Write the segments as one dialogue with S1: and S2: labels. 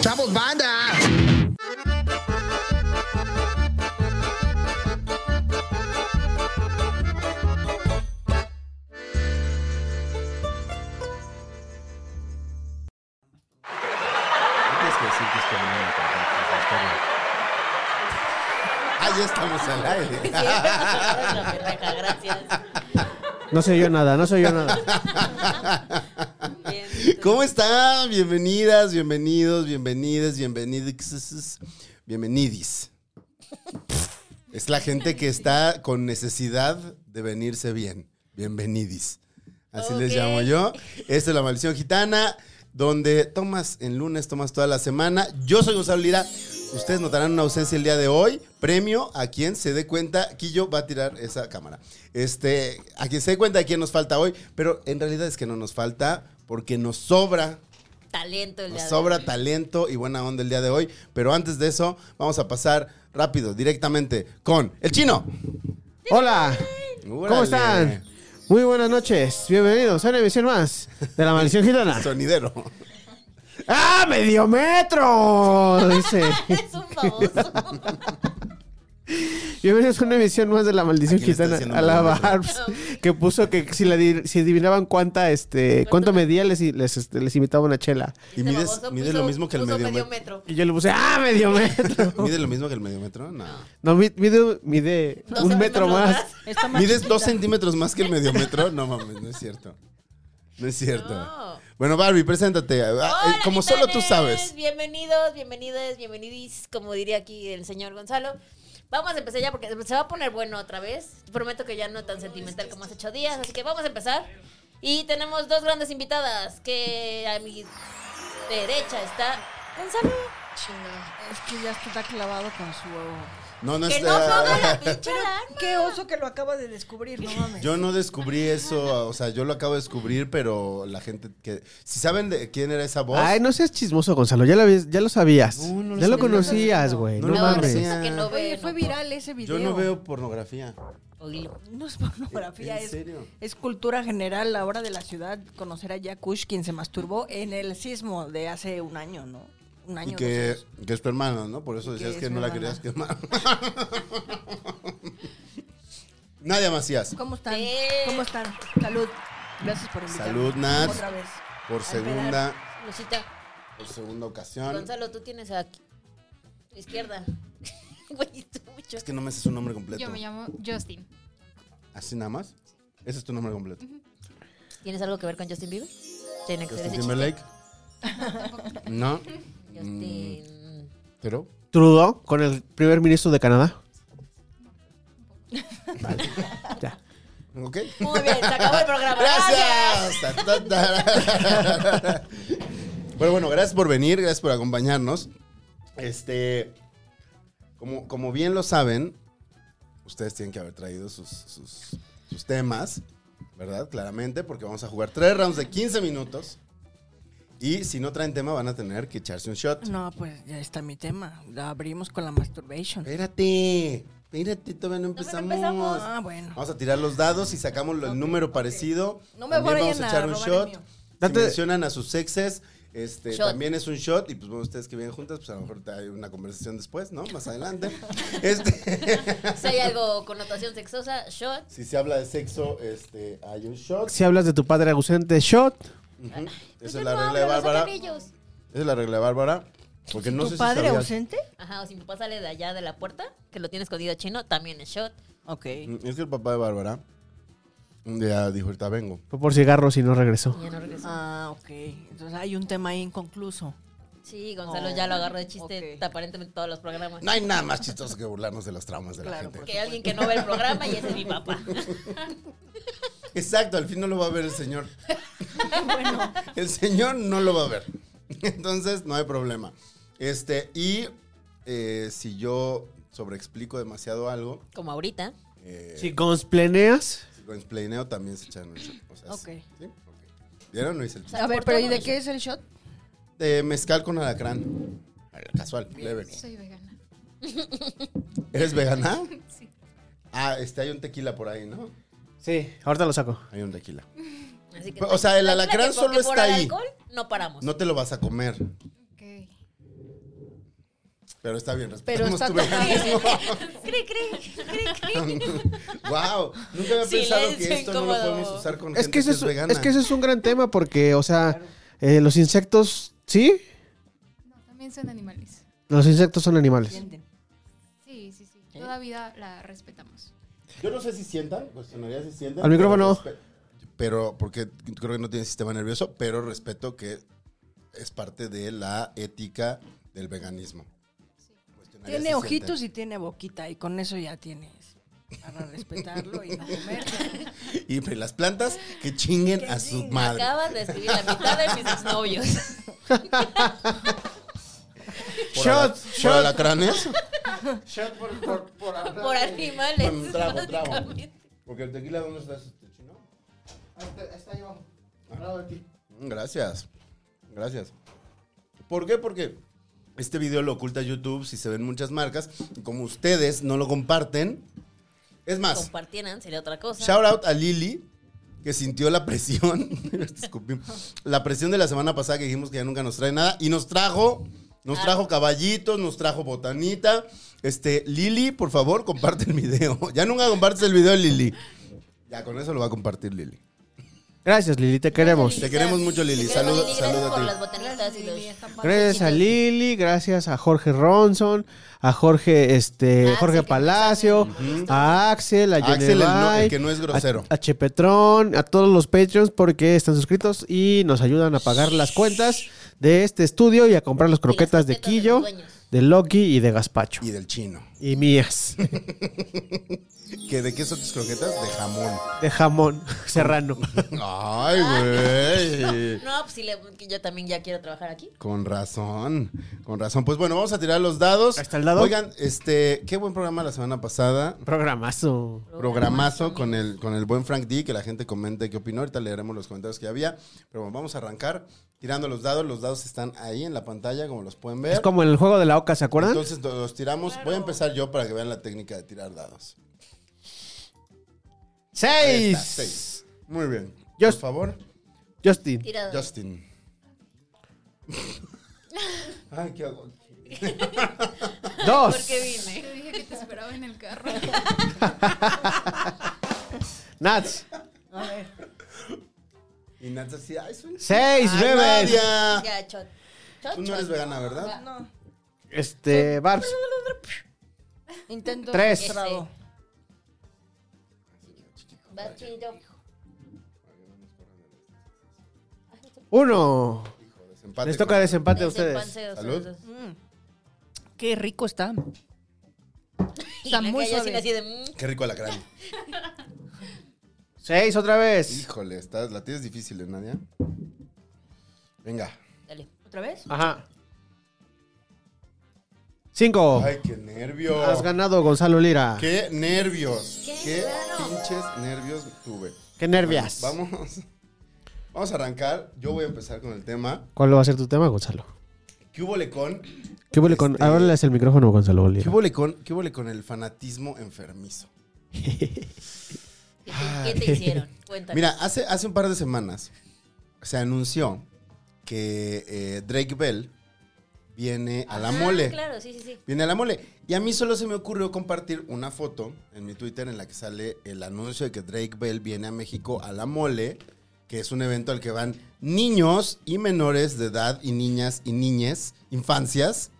S1: ¡Chavos, banda!
S2: Tienes que decir que es como una cantante, es historia.
S1: Ah, ya estamos al aire.
S3: Rebeca, gracias.
S4: No soy yo nada, no soy yo nada.
S3: Bien.
S1: ¿Cómo están? Bienvenidas, bienvenidos, bienvenidas, bienvenidos, bienvenidis. Es la gente que está con necesidad de venirse bien. Bienvenidis. Así les
S3: Ok.
S1: llamo yo. Esta es la maldición gitana, donde tomas en lunes, tomas toda la semana. Yo soy Gonzalo Lira. Ustedes notarán una ausencia el día de hoy. Premio a quien se dé cuenta. Quillo va a tirar esa cámara. Este, a quien se dé cuenta de quién nos falta hoy. Pero en realidad es que no nos falta porque nos sobra
S3: Talento el
S1: nos
S3: día de
S1: sobra
S3: hoy.
S1: talento y buena onda el día de hoy, pero antes de eso vamos a pasar rápido, directamente con el chino.
S5: Hola, ¿cómo
S1: Órale.
S5: están? Muy buenas noches, bienvenidos a una emisión más de La Maldición Gitana.
S1: Sonidero.
S5: ¡Ah, medio metro! Dice.
S3: Es un baboso.
S5: Bienvenidos a una emisión más de La Maldición
S1: ¿A quién le está
S5: Gitana.
S1: haciendo
S5: A la
S1: medio metro?
S5: Barbs, que puso que si, la di- si adivinaban cuánta, este, cuánto medía, les, les, este, les invitaba una chela.
S1: ¿Y
S3: Este
S1: mides,
S3: baboso
S1: mides
S3: puso-
S1: lo mismo que el
S3: puso
S1: medio
S3: medio
S1: metro?
S3: metro.
S5: Y yo le puse, ¡ah, medio metro!
S1: ¿Mides lo mismo que el medio metro? No.
S5: No, mi- mide, mide
S3: Dos
S5: un metro
S3: centímetros
S5: más.
S3: Está más
S1: ¿Mides
S3: chiquita.
S1: dos centímetros más que el medio metro? No mames, no es cierto. No es cierto.
S3: No.
S1: Bueno, Barbie, preséntate. Ah, eh,
S3: Hola,
S1: Como solo tú
S3: gitanes.
S1: sabes.
S3: Bienvenidos, bienvenidas, bienvenidis, como diría aquí el señor Gonzalo. Vamos a empezar ya porque se va a poner bueno otra vez. Prometo que ya no tan sentimental como hace ocho días, así que vamos a empezar. Y tenemos dos grandes invitadas que a mi derecha está Gonzalo.
S6: Chinga, es que ya está clavado con su huevo.
S1: No, no
S3: Que
S1: es.
S3: no ponga la pinche alarma.
S6: Qué oso que lo acaba de descubrir, no mames.
S1: Yo no descubrí eso, o sea, yo lo acabo de descubrir, pero la gente que... Si saben de quién era esa voz...
S5: Ay, no seas chismoso, Gonzalo, ya lo, habías- ya lo sabías.
S1: No, no lo
S5: ya lo
S1: sabía.
S5: conocías, güey.
S1: No
S5: No,
S1: lo
S5: mames.
S1: conocía.
S3: que no ve,
S6: Oye,
S3: no
S6: fue
S3: pone.
S6: viral ese video.
S1: Yo no veo pornografía.
S3: Oílo.
S6: No es pornografía,
S1: ¿En
S6: es,
S1: serio?
S6: es cultura general ahora de la ciudad. Conocer a Yakush, quien se masturbó en el sismo de hace un año, ¿no? Un año.
S1: Y que,
S6: dos años.
S1: que es tu hermano, ¿no? Por eso
S6: Y que
S1: decías que,
S6: es
S1: no
S6: mi
S1: la querías
S6: hermana.
S1: quemar. Nadia Macías,
S6: ¿Cómo están?
S3: Eh.
S6: ¿Cómo están? Salud. Gracias por invitarme.
S1: Salud, Nat.
S6: Otra vez.
S1: por
S6: Al
S1: segunda,
S3: Lucita,
S1: por segunda ocasión.
S3: Gonzalo, tú tienes aquí. Izquierda. Güey, tú mucho.
S1: Es que no me haces un nombre completo.
S7: Yo me llamo Justin.
S1: ¿Así nada más? Ese es tu nombre completo.
S3: ¿Tienes algo que ver con Justin Bieber? Tiene que ser
S1: Justin
S3: ese
S1: Timberlake. Mm. No.
S3: chiste. Justin.
S1: Pero...
S5: Trudeau con el primer ministro de Canadá. Vale. Ya.
S1: ¿Ok?
S3: Muy bien, se acabó el programa.
S1: Gracias. Ta, ta, ta. Pero bueno, gracias por venir, gracias por acompañarnos. Este, como, como bien lo saben, ustedes tienen que haber traído sus, sus- sus temas, ¿verdad? Claramente, porque vamos a jugar tres rounds de 15 minutos. Y si no traen tema, van a tener que echarse un shot.
S6: No, pues ya está mi tema. La abrimos con la masturbation.
S1: Espérate, espérate, todavía no
S3: Todavía
S1: empezamos.
S3: no empezamos.
S6: Ah, bueno.
S1: Vamos a tirar los dados y sacamos el número parecido.
S6: No me
S1: También
S6: vayan
S1: vamos a
S6: a
S1: echar un
S6: robar el
S1: shot.
S6: mío.
S1: Si
S5: Date-
S1: mencionan a sus exes, este,
S3: Shot.
S1: también es un shot. Y pues bueno, ustedes que vienen juntas, pues a lo mejor hay una conversación después, ¿no? Más adelante. Este,
S3: Si hay algo connotación sexosa, shot.
S1: si se habla de sexo, este, hay un shot.
S5: Si hablas de tu padre ausente, shot.
S1: Ujú.
S3: Pues
S1: Esa
S3: yo
S1: es la
S3: no
S1: regla de
S3: hablo, no soy
S1: Bárbara. Esa
S3: anillos.
S1: es la regla de Bárbara. Porque no
S6: ¿Tu
S1: sé si
S6: padre
S1: sabías.
S6: ausente?
S3: Ajá, o si mi papá sale de allá de la puerta, que lo tiene escondido chino, también es shot.
S6: Ok.
S1: Mm, Es que el papá de Bárbara Ya dijo, ahorita vengo.
S5: Fue por cigarros y no regresó.
S3: Ya no regresó.
S6: Ah, ok. Entonces hay un tema ahí inconcluso.
S3: Sí, Gonzalo ya lo agarró de chiste
S6: Oh, Ok.
S3: de aparentemente todos los programas.
S1: No hay nada más chistoso que burlarnos de los traumas de la
S6: Claro,
S1: gente.
S6: por
S3: Que alguien que no ve el programa y ese es mi papá.
S1: Exacto, al fin no lo va a ver el señor. El señor no lo va a ver. Entonces, no hay problema. Este, y eh, si yo sobreexplico demasiado algo,
S3: Como ahorita.
S1: eh,
S5: Si consplaneas,
S1: si lo explaineo, también se echan el shot. O sea,
S6: Ok.
S1: sí, ¿sí? Ok. ¿Vieron? No hice el shot.
S6: A ver, pero ¿y de qué es el shot?
S1: De mezcal con alacrán. Casual, leve.
S7: Soy vegana.
S1: ¿Eres vegana?
S7: Sí.
S1: Ah, este, hay un tequila por ahí, ¿no?
S5: sí, ahorita lo saco.
S1: Hay un tequila.
S3: Así que
S1: Pero, o sea, el
S3: La
S1: alacrán
S3: clase,
S1: solo
S3: porque por
S1: está
S3: el
S1: ahí.
S3: alcohol no paramos.
S1: No te lo vas a comer.
S7: Ok.
S1: Pero está bien,
S6: Pero
S1: respetamos
S6: está
S1: tu
S6: tocado.
S1: veganismo.
S3: Cri, cri, cri, cri.
S1: wow, nunca había pensado
S3: Silencio
S1: que esto no lo
S3: incómodo.
S1: podemos usar con
S5: Es
S1: gente
S5: que, eso es,
S1: vegana.
S5: es que eso es un gran tema porque, o sea, eh, los insectos, ¿sí?
S7: No, también son animales.
S5: Los insectos son
S1: Pues,
S5: animales.
S6: Sienten.
S7: Sí, sí, sí. Toda vida la respetamos.
S1: Yo no sé si sientan, cuestionaría si sientan.
S5: Al micrófono.
S1: pero respe- Pero, porque creo que no tiene sistema nervioso, pero respeto que es parte de la ética del veganismo. Cuestionaría si
S6: Tiene
S1: sientan.
S6: ojitos y tiene boquita y con eso ya tienes para respetarlo y no comer.
S1: Y pues, las plantas que chinguen a su madre.
S3: Acaban de escribir la mitad de mis exnovios.
S1: Por
S5: Shot,
S1: ala-
S5: shot.
S1: Por alacranes.
S3: Por animales.
S1: Bueno, trago, trago.
S3: básicamente.
S1: Porque el tequila, ¿dónde está este chino? Mm, Gracias. Gracias. ¿Por qué? Porque este video lo oculta YouTube si se ven muchas marcas. Y como ustedes no lo comparten. Es más,
S3: Compartieran sería otra cosa.
S1: shout out a Lili, que sintió la presión. Te escupí. la presión de la semana pasada que dijimos que ya nunca nos trae nada. Y nos trajo. Nos trajo
S3: Ah.
S1: caballitos, nos trajo botanita. Este, Lili, por favor, comparte el video. Ya nunca compartes el video, Lili. Ya con eso lo va a compartir Lili.
S5: Gracias, Lili, te queremos.
S1: Te queremos mucho, Lili.
S3: Gracias,
S1: Saludo,
S3: Lili, gracias
S1: saludo
S3: por
S1: a
S3: las
S1: ti.
S3: botanitas y los...
S5: Gracias a Lili, gracias a Jorge Ronson, a Jorge este
S3: Ah,
S5: Jorge
S3: sí, que
S5: Palacio, a Axel, a
S1: Axel,
S5: Axel,
S1: el no- el que no es grosero.
S5: a, a Chepetrón, a todos los Patreons porque están suscritos y nos ayudan a pagar las cuentas de este estudio y a comprar las croquetas de
S3: croquetas de
S5: Quillo,
S3: los dueños.
S5: de Loki y de Gaspacho.
S1: Y del chino.
S5: Y mías,
S1: ¿Que ¿De qué son tus croquetas? De jamón.
S5: de jamón serrano.
S3: Ah.
S1: Ay, güey.
S3: No, pues sí, le- que yo también ya quiero trabajar aquí.
S1: Con razón, con razón. Pues bueno, vamos a tirar los dados.
S5: Ahí está el dado.
S1: Oigan, este, qué buen programa la semana pasada.
S5: Programazo.
S1: Programazo con el, con el buen Frank D, que la gente comente qué opinó. Ahorita leeremos los comentarios que había. Pero bueno, vamos a arrancar tirando los dados. Los dados están ahí en la pantalla, como los pueden ver.
S5: Es como en el juego de la oca, ¿se acuerdan?
S1: Entonces lo- los tiramos. Voy a empezar yo para que vean la técnica de tirar dados. Ahí está,
S5: ¡Seis!
S1: seis. Muy bien.
S5: Yo-
S1: Por favor,
S5: Justin.
S3: Tira dos.
S1: Justin. Ay, qué hago.
S5: Dos.
S3: Porque vine.
S7: Te dije que te esperaba en el carro.
S5: Nats.
S1: Y Nats así, ay, soy
S5: Seis,
S1: Ay,
S5: bebes.
S1: Nadia.
S3: Ya, chot. Chot,
S1: Tú no
S3: chot.
S1: eres vegana,
S6: Ah,
S1: ¿verdad?
S5: Este, Barbs.
S6: Intento
S5: Tres.
S3: Este,
S6: frustrado.
S3: Va, chingo.
S5: Uno.
S1: Desempate
S5: Les toca
S1: con-
S5: desempate a
S3: Es el
S5: ustedes.
S3: panceo,
S1: Salud.
S3: son dos.
S6: Mm. Qué rico está.
S3: Y
S6: Está
S3: la
S6: muy
S3: calle así,
S6: suave.
S3: así de, mm,
S1: Qué rico alacrán.
S5: Seis otra vez.
S1: Híjole, estás, la tienes difícil, ¿eh, Nadia? Venga.
S3: dale.
S6: ¿Otra vez?
S5: Ajá. Cinco.
S1: Ay, qué nervio.
S5: Has ganado, Gonzalo Lira. Qué,
S1: Qué nervios.
S3: Qué
S1: Qué
S3: raro.
S1: pinches nervios tuve.
S5: nervias.
S1: Bueno, Vamos. Vamos a arrancar. Yo voy a empezar con el tema.
S5: ¿Cuál va a ser tu tema, Gonzalo?
S1: ¿Qué hubo con?
S5: ¿Qué huele con?
S1: Este-
S5: Ábreles el micrófono, Gonzalo
S1: ¿Qué
S5: Lira.
S1: hubo con? ¿Qué hubo con el fanatismo enfermizo?
S3: ¿Qué te, qué te hicieron? Cuéntame.
S1: Ah. Mira, hace, hace un par de semanas se anunció que eh, Drake Bell viene a la
S3: Ah,
S1: mole.
S3: Claro, sí, sí, sí.
S1: Viene a la mole. Y a mí solo se me ocurrió compartir una foto en mi Twitter en la que sale el anuncio de que Drake Bell viene a México a la mole, que es un evento al que van niños y menores de edad y niñas y niñes, infancias.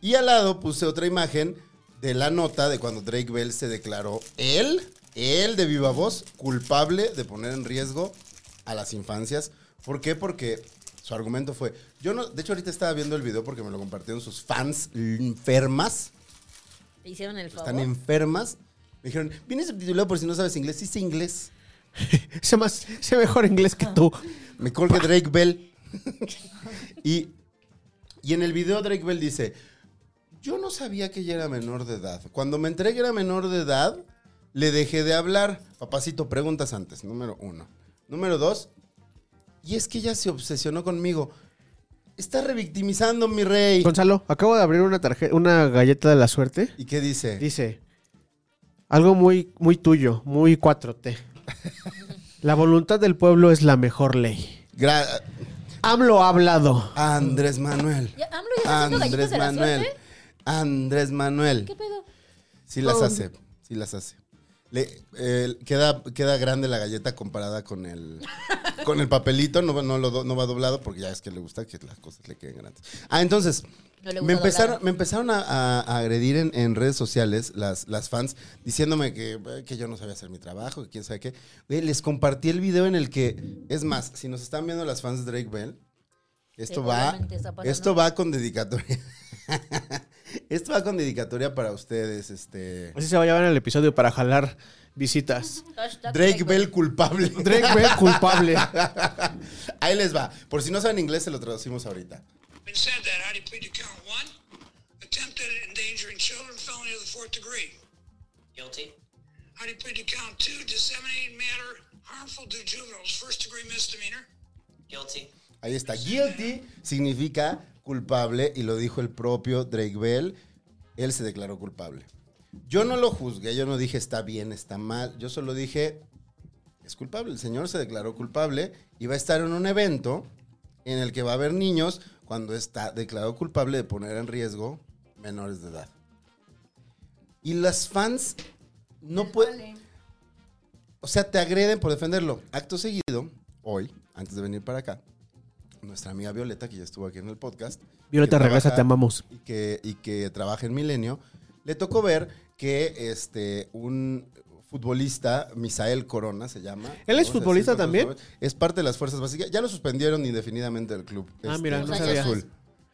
S1: Y al lado puse otra imagen de la nota de cuando Drake Bell se declaró él él de viva voz, culpable de poner en riesgo a las infancias. ¿Por qué? Porque su argumento fue. Yo no. De hecho, ahorita estaba viendo el video porque me lo compartieron sus fans enfermas.
S3: ¿Te hicieron el favor?
S1: Están enfermas. Me dijeron, vienes subtitulado por si no sabes inglés. Sí, sé inglés.
S5: Sé más, sé mejor inglés que tú.
S1: Mejor que Drake Bell. y, y en el video Drake Bell dice, yo no sabía que ella era menor de edad. Cuando me enteré que era menor de edad, le dejé de hablar. Papacito, preguntas antes, número uno. Número dos, y es que ella se obsesionó conmigo. Está revictimizando mi rey.
S5: Gonzalo, acabo de abrir una tarjeta, una galleta de la suerte.
S1: ¿Y qué dice?
S5: Dice, algo muy, muy tuyo, muy 4T. La voluntad del pueblo es la mejor ley.
S1: Gra-
S5: AMLO ha hablado.
S1: Andrés Manuel.
S3: Ya, AMLO ya está haciendo
S1: Andrés
S3: galletas de la
S1: Manuel.
S3: suerte.
S1: Andrés Manuel.
S3: ¿Qué pedo?
S1: Sí las hace, sí las hace. Le, eh, queda, queda grande la galleta comparada con el, con el papelito, no, va- no lo do- no va doblado porque ya es que le gusta que las cosas le queden grandes. Ah, entonces,
S3: No le gusta
S1: me, empezaron,
S3: doblar.
S1: me empezaron a, a- a agredir en, en redes sociales las, las fans diciéndome que, eh, que yo no sabía hacer mi trabajo, que quién sabe qué. Güey, les compartí el video en el que, es más, si nos están viendo las fans de Drake Bell, esto va,
S3: Seguramente está pasando.
S1: esto va con dedicatoria. esto va con dedicatoria para ustedes, este...
S5: Así se va a llevar el episodio para jalar visitas.
S3: Hashtag
S1: Drake Bell culpable.
S5: Drake Bell culpable.
S1: Ahí les va. Por si no saben inglés, se lo traducimos ahorita.
S8: Having said that, how do you plead to count one? Attempted endangering children, felony of the fourth degree. Guilty. How do you plead to count two? Disseminating matter harmful to juveniles, first degree misdemeanor. Guilty.
S1: Ahí está. Guilty significa culpable y lo dijo el propio Drake Bell. Él se declaró culpable. Yo no lo juzgué, yo no dije está bien, está mal. Yo solo dije es culpable. El señor se declaró culpable y va a estar en un evento en el que va a haber niños cuando está declarado culpable de poner en riesgo menores de edad. Y las fans no pueden. O sea, te agreden por defenderlo. Acto seguido, hoy, antes de venir para acá, nuestra amiga Violeta, que ya estuvo aquí en el podcast.
S5: Violeta,
S1: que
S5: regresa,
S1: trabaja-
S5: te amamos.
S1: Y que, y que trabaja en Milenio, le tocó ver que este, un futbolista, Misael Corona se llama.
S5: ¿Él es
S1: Vamos a
S5: futbolista
S1: decir,
S5: también?
S1: Es parte de las fuerzas básicas. Ya lo suspendieron indefinidamente del club. este,
S5: Ah, mira, no
S1: Cruz
S3: sabía.
S1: Azul.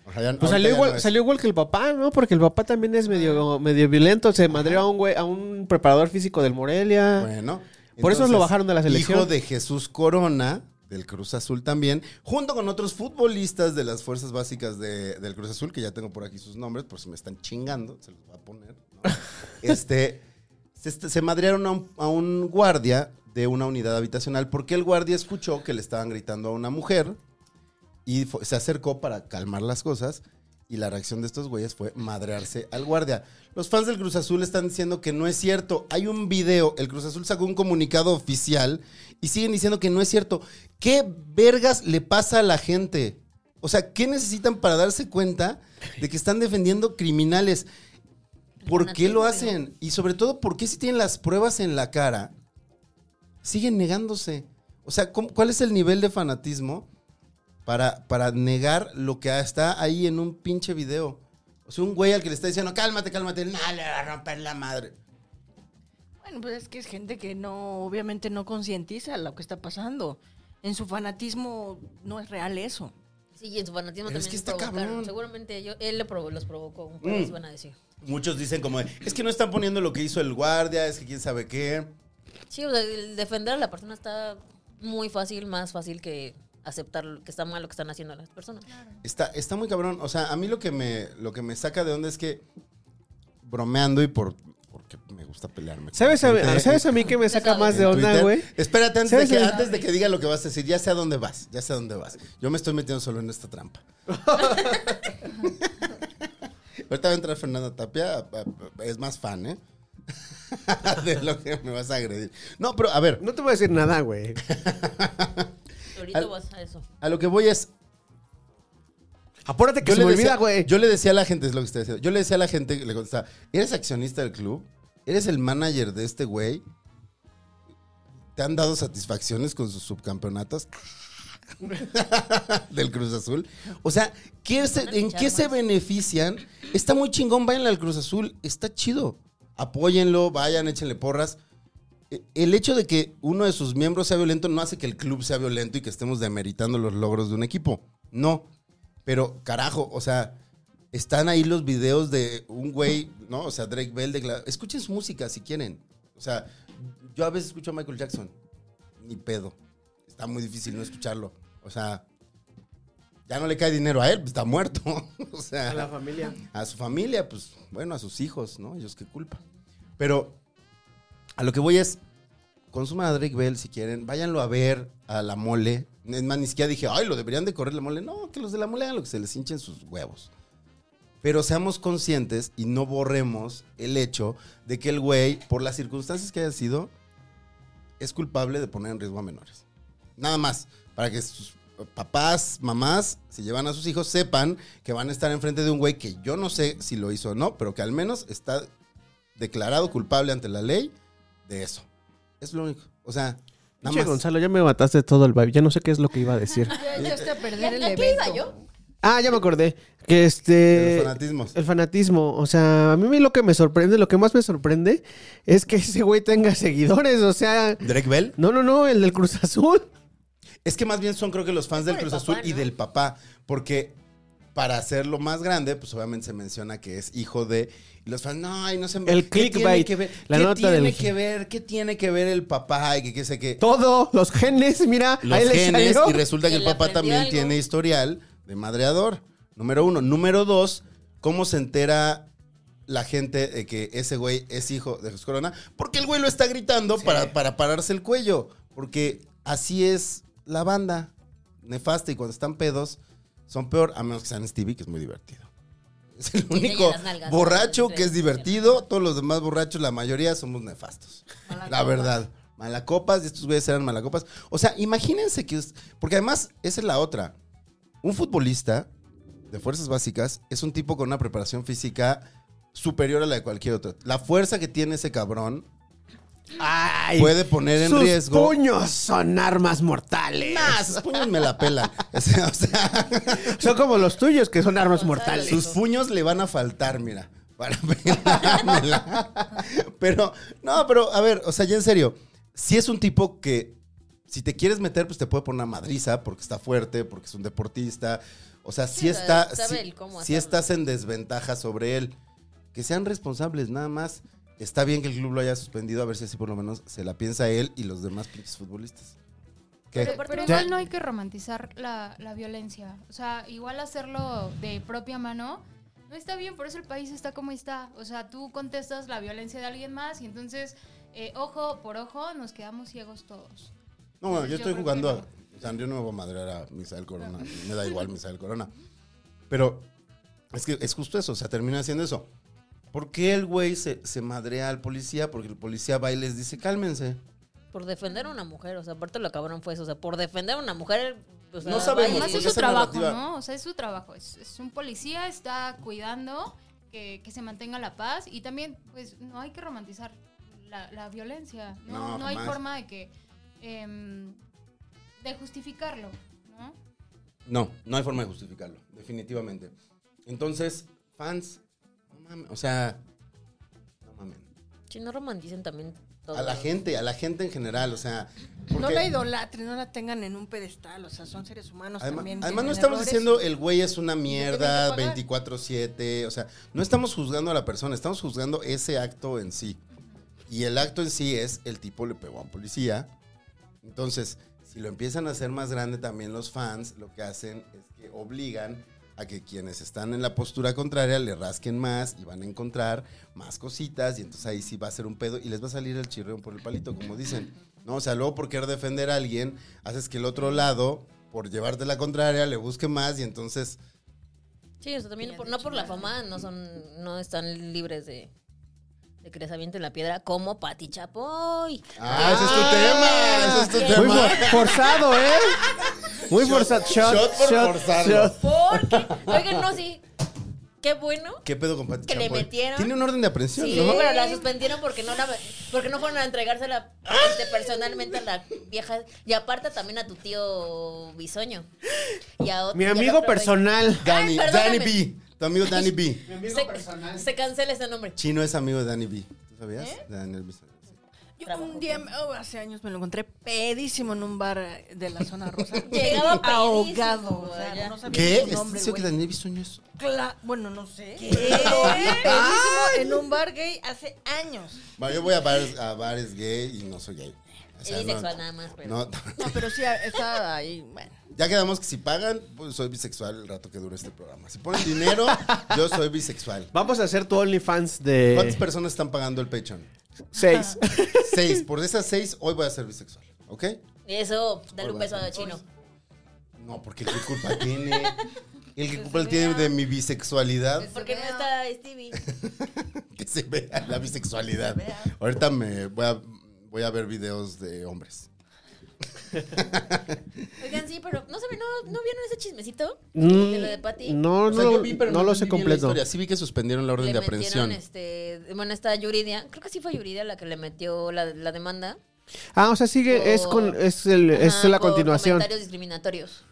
S1: O sea, ya-
S5: Pues
S1: ahorita
S5: salió
S1: ya
S5: igual,
S1: no es.
S5: salió igual que el papá, ¿no? Porque el papá también es medio, medio violento. Se madreó a un güey, a un preparador físico del Morelia.
S1: Bueno.
S5: Por eso lo bajaron de la selección.
S1: Hijo de Jesús Corona, del Cruz Azul también, junto con otros futbolistas de las fuerzas básicas de- del Cruz Azul, que ya tengo por aquí sus nombres, por si me están chingando, se los voy a poner. ¿no? este, se, este- se madrearon a un, a un guardia de una unidad habitacional porque el guardia escuchó que le estaban gritando a una mujer y fue- se acercó para calmar las cosas. Y la reacción de estos güeyes fue madrearse al guardia. Los fans del Cruz Azul están diciendo que no es cierto. Hay un video, el Cruz Azul sacó un comunicado oficial y siguen diciendo que no es cierto. ¿Qué vergas le pasa a la gente? O sea, ¿qué necesitan para darse cuenta de que están defendiendo criminales? ¿Por qué lo hacen? Y sobre todo, ¿por qué si tienen las pruebas en la cara, siguen negándose? O sea, ¿cómo- ¿cuál es el nivel de fanatismo para, para negar lo que está ahí en un pinche video? O sea, un güey al que le está diciendo, cálmate, cálmate, no, le va a romper la madre.
S6: Bueno, pues es que es gente que no, obviamente no concientiza lo que está pasando. En su fanatismo no es real eso.
S3: Sí, y en su fanatismo
S1: Pero
S3: también
S1: es que está
S3: provocaron.
S1: cabrón. Mm.
S3: Seguramente yo- él le provo- los provocó. Un pedo, así van a decir.
S1: Muchos dicen como, de, es que no están poniendo lo que hizo el guardia, es que quién sabe qué.
S3: Sí, o sea, el defender a la persona está muy fácil, más fácil que aceptar lo que está mal lo que están haciendo las personas.
S1: Está, está muy cabrón. O sea, a mí lo que me, lo que me saca de onda es que bromeando y por porque me gusta pelearme.
S5: ¿Sabes a, mí-
S1: Gente
S5: ¿Sabes a mí que me saca más de
S1: en
S5: onda,
S1: Twitter.
S5: güey?
S1: Espérate, antes de,
S5: ¿Sabes
S1: que,
S5: a mí?
S1: antes de que diga lo que vas a decir, ya sé a dónde vas, ya sé a dónde vas. Yo me estoy metiendo solo en esta trampa. Ahorita va a entrar Fernanda Tapia, a- a- es más fan, ¿eh? de lo que me vas a agredir. No, pero a ver,
S5: No te voy a decir nada, güey.
S3: Ahorita
S1: Al-
S3: vas a eso.
S1: a lo que voy es,
S5: Apúrate que se me
S1: decía,
S5: olvida, güey.
S1: Yo le decía a la gente, es lo que estoy diciendo. Yo le decía a la gente, le contestaba, ¿eres accionista del club? ¿Eres el manager de este güey? ¿Te han dado satisfacciones con sus subcampeonatos? del Cruz Azul. O sea, ¿qué se-
S3: Van a
S1: ¿en
S3: luchar
S1: qué se
S3: más.
S1: benefician? Está muy chingón, váyanle al Cruz Azul, está chido. Apóyenlo, vayan, échenle porras. eh, el hecho de que uno de sus miembros sea violento no hace que el club sea violento y que estemos demeritando los logros de un equipo. No. Pero, carajo, o sea, están ahí los videos de un güey, ¿no? O sea, Drake Bell declara. Escuchen su música si quieren. O sea, yo a veces escucho a Michael Jackson. Ni pedo. Está muy difícil no escucharlo. O sea, ya no le cae dinero a él, pues, está muerto. O sea,
S5: A la familia.
S1: a su familia, pues bueno, a sus hijos, ¿no? Ellos qué culpa. Pero a lo que voy es, consuman a Drake Bell si quieren, váyanlo a ver a la mole. Es más, ni siquiera dije, ay, lo deberían de correr la mole. No, que los de la mole hagan lo que se les hinchen sus huevos. Pero seamos conscientes y no borremos el hecho de que el güey, por las circunstancias que haya sido, es culpable de poner en riesgo a menores. Nada más, para que sus papás, mamás, si llevan a sus hijos, sepan que van a estar enfrente de un güey que yo no sé si lo hizo o no, pero que al menos está declarado culpable ante la ley de eso. Es lo único. O sea, nada
S5: Che,
S1: más.
S5: Gonzalo, ya me mataste todo el vibe. Ya no sé qué es lo que iba a decir.
S6: Ya, ya está a perder el
S3: ¿A qué iba
S6: evento.
S3: yo?
S5: Ah, ya me acordé. Que
S1: de
S5: este.
S1: los fanatismos.
S5: El fanatismo, o sea, a mí lo que me sorprende, lo que más me sorprende es que ese güey tenga seguidores, o sea,
S1: Drake Bell.
S5: no, no, no, el del Cruz Azul.
S1: Es que más bien son creo que los fans del
S3: Por el
S1: Cruz Azul
S3: papá,
S1: y
S3: ¿no?
S1: del papá, porque para hacerlo más grande, pues obviamente se menciona que es hijo de y los fans, no, ay, no se
S5: El
S1: ¿qué tiene
S5: clickbait,
S1: que ver?
S5: la
S1: ¿Qué
S5: nota
S1: tiene
S5: del-
S1: que ver? ¿Qué tiene que ver el papá? Y que qué sé qué.
S5: Todo, los genes, mira,
S1: los
S5: ahí le
S1: genes
S5: salió.
S1: y resulta que
S3: Que
S1: el
S3: le
S1: papá
S3: aprendió
S1: también
S3: algo.
S1: tiene historial de madreador. Número uno. Número dos, ¿cómo se entera la gente de que ese güey es hijo de Jesús Corona? Porque el güey lo está gritando para, para pararse el cuello. Porque así es la banda nefasta y cuando están pedos son peor, a menos que sean Stevie, que es muy divertido. Es el
S3: enseña
S1: único
S3: las nalgas.
S1: borracho que es
S3: Sí.
S1: divertido. Todos los demás borrachos, la mayoría somos nefastos. La verdad. Malacopas, y estos güeyes eran malacopas. O sea, imagínense que. es- Porque además, esa es la otra. Un futbolista de fuerzas básicas es un tipo con una preparación física superior a la de cualquier otro. La fuerza que tiene ese cabrón
S5: Ay,
S1: puede poner en
S5: sus
S1: riesgo.
S5: puños son armas mortales.
S1: Ah, sus puños me la pelan. O sea, o sea,
S5: Son como los tuyos que son armas mortales.
S1: Sus puños le van a faltar, mira. Para pelármela. pero, no, pero, a ver, o sea, ya en serio. Si es un tipo que, si te quieres meter, pues te puede poner una madriza porque está fuerte, porque es un deportista. O sea, si
S3: Sí, o sea,
S1: está.
S3: sabe
S1: sí-
S3: el cómo
S1: sí
S3: hacerlo.
S1: estás en desventaja sobre él. Que sean responsables, nada más. Está bien que el club lo haya suspendido, a ver si así por lo menos se la piensa él y los demás pinches futbolistas. ¿Qué?
S7: Pero, pero igual no hay que romantizar la, la violencia. O sea, igual hacerlo de propia mano no está bien, por eso el país está como está. O sea, tú contestas la violencia de alguien más y entonces, eh, ojo por ojo, nos quedamos ciegos todos.
S1: No, bueno,
S7: Entonces,
S1: yo
S7: yo
S1: estoy
S7: creo
S1: jugando
S7: que
S1: a. O sea, yo no me voy a madrear a Misael Corona. Me da igual Misael Corona. Pero es que es justo eso. O sea, termina haciendo eso. ¿Por qué el güey se, se madrea al policía? Porque el policía va y les dice, cálmense.
S3: Por defender a una mujer, o sea, aparte lo cabrón fue eso, o sea, por defender a una mujer, o sea,
S1: No sabemos,
S3: vaya,
S7: Además es
S1: porque
S7: su
S1: esa
S7: trabajo,
S1: narrativa-
S7: ¿no? O sea, es su trabajo. Es, es un policía, está cuidando que, que se mantenga la paz y también, pues, no hay que romantizar la, la violencia, ¿no?
S1: No,
S7: No, hay
S1: jamás.
S7: forma de que... em, de justificarlo, ¿no?
S1: No, no hay forma de justificarlo. Definitivamente. Entonces, fans, no mames. O sea, no mamen.
S3: si no romanticen también todo.
S1: A la gente, a la gente en general. O sea, porque-
S6: No la idolatren, no la tengan en un pedestal, o sea, son seres humanos
S1: Además,
S6: también.
S1: además no
S6: tienen
S1: estamos
S6: errores.
S1: diciendo el güey es una mierda
S6: pagar.
S1: 24/7, o sea, no estamos juzgando a la persona, estamos juzgando ese acto en sí. Y el acto en sí es el tipo le pegó a un policía. Entonces, si lo empiezan a hacer más grande también los fans, lo que hacen es que obligan a que quienes están en la postura contraria le rasquen más y van a encontrar más cositas y entonces ahí sí va a ser un pedo y les va a salir el chirreón por el palito, como dicen. No, o sea, luego por querer defender a alguien, haces que el otro lado, por llevarte la contraria, le busque más y entonces
S3: Sí, o sea, también por- no por la fama, no son, no están libres de, de que les avienten la piedra, como Pati Chapoy.
S1: Ah, ese es tu tema,
S3: ¡Ah!
S1: ese es tu
S5: Ah. Muy
S1: tema.
S5: for- forzado, ¿eh? Muy forzado. Shot,
S1: shot por
S5: shot,
S1: forzarlo.
S5: shot.
S3: Porque, oigan, no, sí, qué bueno.
S1: ¿Qué pedo con Pati
S3: Que le
S1: Chapoy?
S3: metieron.
S1: Tiene un orden de aprehensión,
S3: Sí,
S1: ¿no?
S3: pero la suspendieron porque no la porque no fueron a entregársela este, personalmente a la vieja y aparte también a tu tío Bisoño. Y a otro-
S5: Mi
S3: y al
S5: amigo
S3: otro güey.
S5: personal.
S1: Danny,
S3: Ay,
S1: Danny
S3: perdóname.
S1: B, tu amigo Danny B.
S3: Se, se cancela ese nombre.
S1: Chino es amigo de Danny B. ¿Tú sabías? Daniel B.
S6: Yo un día, oh, hace años me lo encontré pedísimo en un bar eh, de la zona rosa.
S3: Llegaba pedísimo,
S6: ahogado.
S3: güey,
S6: o sea,
S3: allá.
S6: no sabía
S1: ¿Qué?
S6: su
S1: ¿Es
S6: nombre,
S1: eso que
S6: güey.
S1: Daniel Bisoño es?
S6: Cla- bueno, no sé.
S3: ¿Qué?
S6: Lo vi pedísimo en un bar gay hace años.
S1: Bueno, yo voy a bares, a bares gay y no soy gay. O sea,
S3: Es
S1: no-
S3: bisexual nada más, pero-
S1: no,
S6: No, pero sí, está ahí, bueno.
S1: ya quedamos que si pagan, pues soy bisexual el rato que dure este programa. Si ponen dinero, yo soy bisexual.
S5: Vamos a hacer tu OnlyFans
S1: ¿Cuántas
S5: de
S1: personas están pagando el Patreon?
S5: seis.
S3: Ah.
S1: Seis. Por esas seis, hoy voy a ser bisexual. ¿Ok?
S3: Eso, dale
S1: Hoy
S3: un
S1: vas
S3: beso
S1: a-
S3: a Chino.
S1: No, porque ¿qué culpa tiene? El que culpa tiene de mi bisexualidad.
S3: Porque no está Stevie.
S1: Que se vea la bisexualidad. Ahorita me voy a, voy a ver videos de hombres.
S3: Oigan, sí, pero no saben, no, no vieron ese chismecito
S5: Mm,
S3: de lo de Patty.
S5: No,
S1: O sea,
S5: no,
S1: yo vi, pero
S5: no lo sé
S1: vi bien la
S5: completo.
S1: historia. Sí vi que suspendieron la orden
S3: Le
S1: de
S3: metieron,
S1: aprehensión.
S3: este, bueno, está Yuridia, creo que sí fue Yuridia la que le metió la, la demanda.
S5: Ah, o sea, sigue, es con, es el, es
S3: Ajá,
S5: la
S3: por
S5: continuación.
S3: comentarios discriminatorios.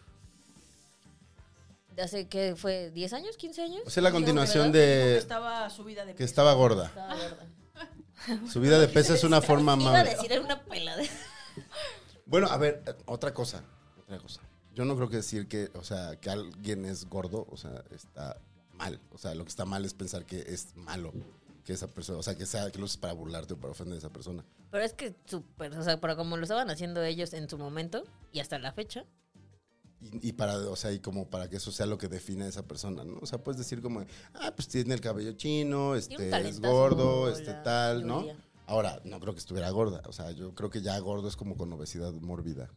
S3: ¿De hace qué fue? ¿10 años? ¿15 años?
S1: O sea, la continuación
S6: Que
S1: de
S6: estaba subida de
S1: que estaba gorda. Su vida de peso es una forma
S3: Ah, Iba a
S1: amable.
S3: decir, era una pelada.
S1: Bueno, a ver, eh, otra cosa, otra cosa. Yo no creo que decir que, o sea, que alguien es gordo, o sea, está mal. O sea, lo que está mal es pensar que es malo que esa persona, o sea, que sea que lo uses para burlarte o para ofender a esa persona.
S3: Pero es que súper, o sea, pero como lo estaban haciendo ellos en su momento y hasta la fecha.
S1: Y, y para, o sea, y como para que eso sea lo que define a esa persona, ¿no? O sea, puedes decir como, ah, pues tiene el cabello chino, este, es
S3: talentazo,
S1: gordo, este
S3: la
S1: tal, ¿no?
S3: Yuridia.
S1: Ahora, no creo que estuviera gorda, o sea, yo creo que ya gordo es como con obesidad mórbida.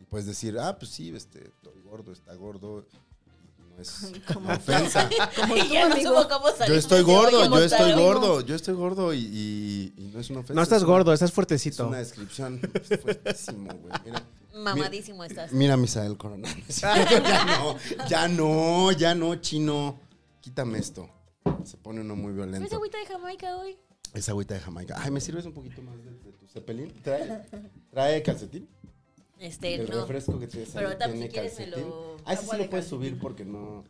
S1: Y puedes decir, ah, pues sí, este, estoy gordo, está gordo, y no es una ofensa.
S3: y ya no supo cómo salir.
S1: Yo estoy
S3: Digo,
S1: gordo,
S3: ¿cómo
S1: yo estoy
S3: tal?
S1: gordo, yo estoy gordo y, y- y no es una ofensa.
S5: No estás
S1: es una-
S5: gordo, estás
S1: Es
S5: fuertecito.
S1: una descripción fuertísimo, güey. Mira,
S3: Mamadísimo estás.
S1: mira Misael Corona. ya no, ya no, ya no, chino. Quítame esto. Se pone uno muy
S3: ¿No es
S1: violento.
S3: agüita de Jamaica hoy?
S1: Esa agüita de Jamaica. Ay, ¿me sirves un poquito más de, de tu cepelín? ¿Trae, trae calcetín?
S3: Este,
S1: el
S3: no.
S1: refresco que tienes
S3: Pero
S1: ahí
S3: ahorita,
S1: tiene
S3: si quieres, me
S1: calcetín.
S3: lo-
S1: Ah, ese
S3: agua
S1: sí
S3: de
S1: lo puedes
S3: calcetín.
S1: subir porque no.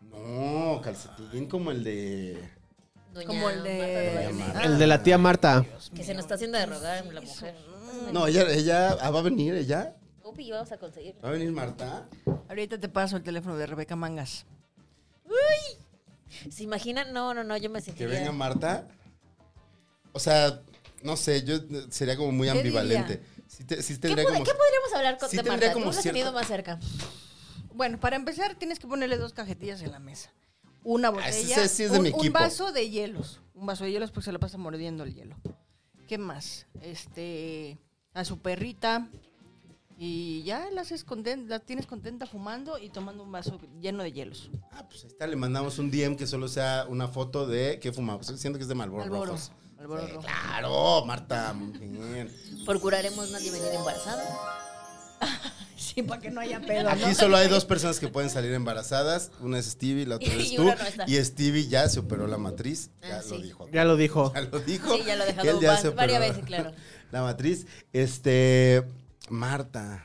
S1: No, calcetín como el de.
S3: Doña
S6: Como el de-
S3: Marta
S5: El de la tía Marta.
S3: Rodríguez, Que se nos está haciendo de rogar la mujer.
S1: No, ella, ella ah, va a venir, ella.
S3: Upi, vamos a conseguir.
S1: Va a venir Marta.
S6: Ahorita te paso el teléfono de Rebeca Mangas.
S3: ¿Se imaginan? No, no, no, yo me
S1: Que
S3: sentiría.
S1: venga Marta. O sea, no sé, yo eh, sería como muy
S6: ¿Qué
S1: ambivalente.
S6: diría?
S1: Sí, te- sí
S3: ¿Qué,
S1: tendría
S3: pod-
S1: como.
S3: qué podríamos hablar con,
S1: Sí
S3: de
S1: tendría
S3: Marta?
S1: como
S3: Tú lo has tenido
S1: cierto-
S3: más cerca.
S6: Bueno, para empezar tienes que ponerle dos cajetillas en la mesa. Una botella,
S1: Ah, ese- ese sí es de
S6: un,
S1: mi
S6: un
S1: equipo.
S6: vaso de hielos, un vaso de hielos porque se la pasa mordiendo el hielo. ¿Qué más? Este, a su perrita y ya la haces conten- la tienes contenta fumando y tomando un vaso lleno de hielos.
S1: Ah, pues ahí está, le mandamos un DM que solo sea una foto de qué fumamos. Siento que es de Malboro,
S6: Marlboro,
S1: Rojos.
S6: Marlboro
S1: Sí,
S6: Rojo.
S1: Claro, Marta, muy bien.
S3: Procuraremos nadie venir embarazada.
S6: Sí, para que no haya pedo.
S1: Aquí solo hay dos personas que pueden salir embarazadas. Una es Stevie, la otra
S3: Y
S1: es tú.
S3: una no está.
S1: y Stevie ya se operó la matriz. Ya
S3: Ah,
S1: lo
S3: sí.
S1: dijo.
S5: Ya lo dijo.
S1: Ya lo dijo.
S3: Sí, ya lo he
S1: Él
S3: dejado
S1: ya
S3: va-
S1: se
S3: varias
S1: operó
S3: veces, claro.
S1: La matriz. Este, Marta.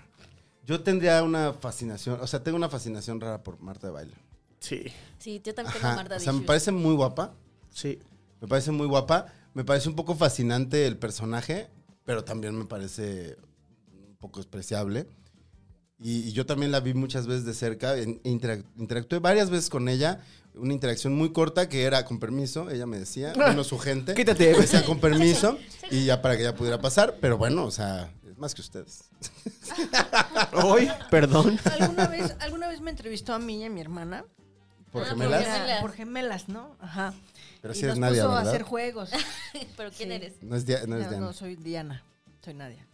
S1: Yo tendría una fascinación, o sea, tengo una fascinación rara por Marta de baile.
S5: Sí,
S3: Sí, yo también tengo
S1: Ajá,
S3: Marta
S1: o sea, me
S3: issues.
S1: parece muy guapa.
S5: sí.
S1: Me parece muy guapa. Me parece un poco fascinante el personaje, pero también me parece un poco despreciable. Y, y yo también la vi muchas veces de cerca. en- e interac- interactué varias veces con ella. Una interacción muy corta que era con permiso, ella me decía, no su gente.
S5: Quítate.
S1: Me decía con permiso y ya para que ella pudiera pasar. Pero bueno, o sea, es más que ustedes.
S5: Hoy, perdón.
S6: ¿Alguna vez, alguna vez me entrevistó a mí y a mi hermana.
S1: Por
S3: Ah,
S1: gemelas.
S3: porque- Gemelas.
S6: Por gemelas, ¿no? Ajá.
S1: Pero
S6: y
S1: sí eres
S6: nos
S1: Nadia,
S6: puso a
S1: ¿verdad?
S6: hacer juegos.
S3: ¿Pero quién
S6: Sí.
S3: eres?
S1: No es, Dia- no es
S6: No,
S1: Diana.
S6: no, soy Diana. Soy Nadia.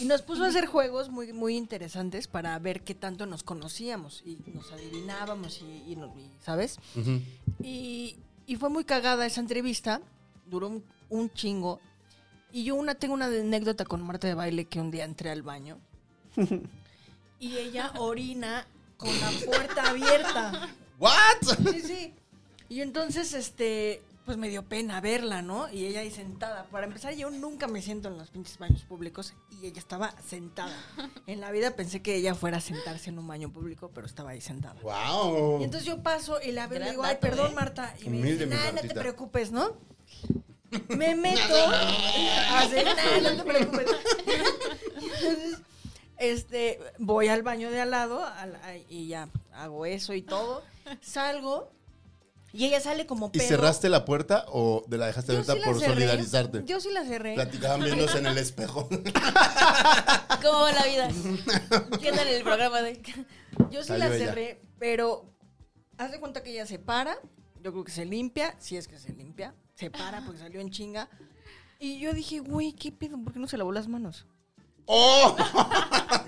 S6: Y nos puso a hacer juegos muy, muy interesantes para ver qué tanto nos conocíamos y nos adivinábamos y, y nos- y, ¿sabes?
S1: Ujú.
S6: Y, y fue muy cagada esa entrevista, duró un, un chingo. Y yo una tengo una anécdota con Marta de baile que un día entré al baño y ella orina con la puerta abierta.
S1: ¿What?
S6: Sí, sí. Y entonces, este, pues me dio pena verla, ¿no? Y ella ahí sentada. Para empezar, yo nunca me siento en los pinches baños públicos y ella estaba sentada. En la vida pensé que ella fuera a sentarse en un baño público, pero estaba ahí sentada.
S1: ¡Wow!
S6: Y entonces yo paso y la veo y le
S3: Gran
S6: digo, ay,
S3: dato,
S6: perdón,
S3: ¿eh?
S6: Marta. Y me
S1: Oh. Humilde,
S6: dice,
S1: mi
S6: nada, no te
S1: Martita.
S6: preocupes, ¿no? me meto a hacer nada, no te preocupes. Entonces, este, voy al baño de al lado al- a- y ya hago eso y todo. Salgo y ella sale como
S1: ¿Y
S6: pedo.
S1: cerraste la puerta o de la dejaste
S6: Yo
S1: abierta
S6: sí la
S1: por
S6: cerré.
S1: solidarizarte?
S6: Yo sí la cerré.
S1: Platicaban viéndose en el espejo.
S3: ¿Cómo va la vida? ¿Qué tal el programa de.?
S6: Yo sí
S1: Salió
S6: la
S1: ella.
S6: cerré, pero haz de cuenta que ella se para. Yo creo que se limpia, si es que se limpia. Se para porque salió en chinga. Y yo dije, güey, ¿qué pedo? ¿Por qué no se lavó las manos?
S1: ¡Oh!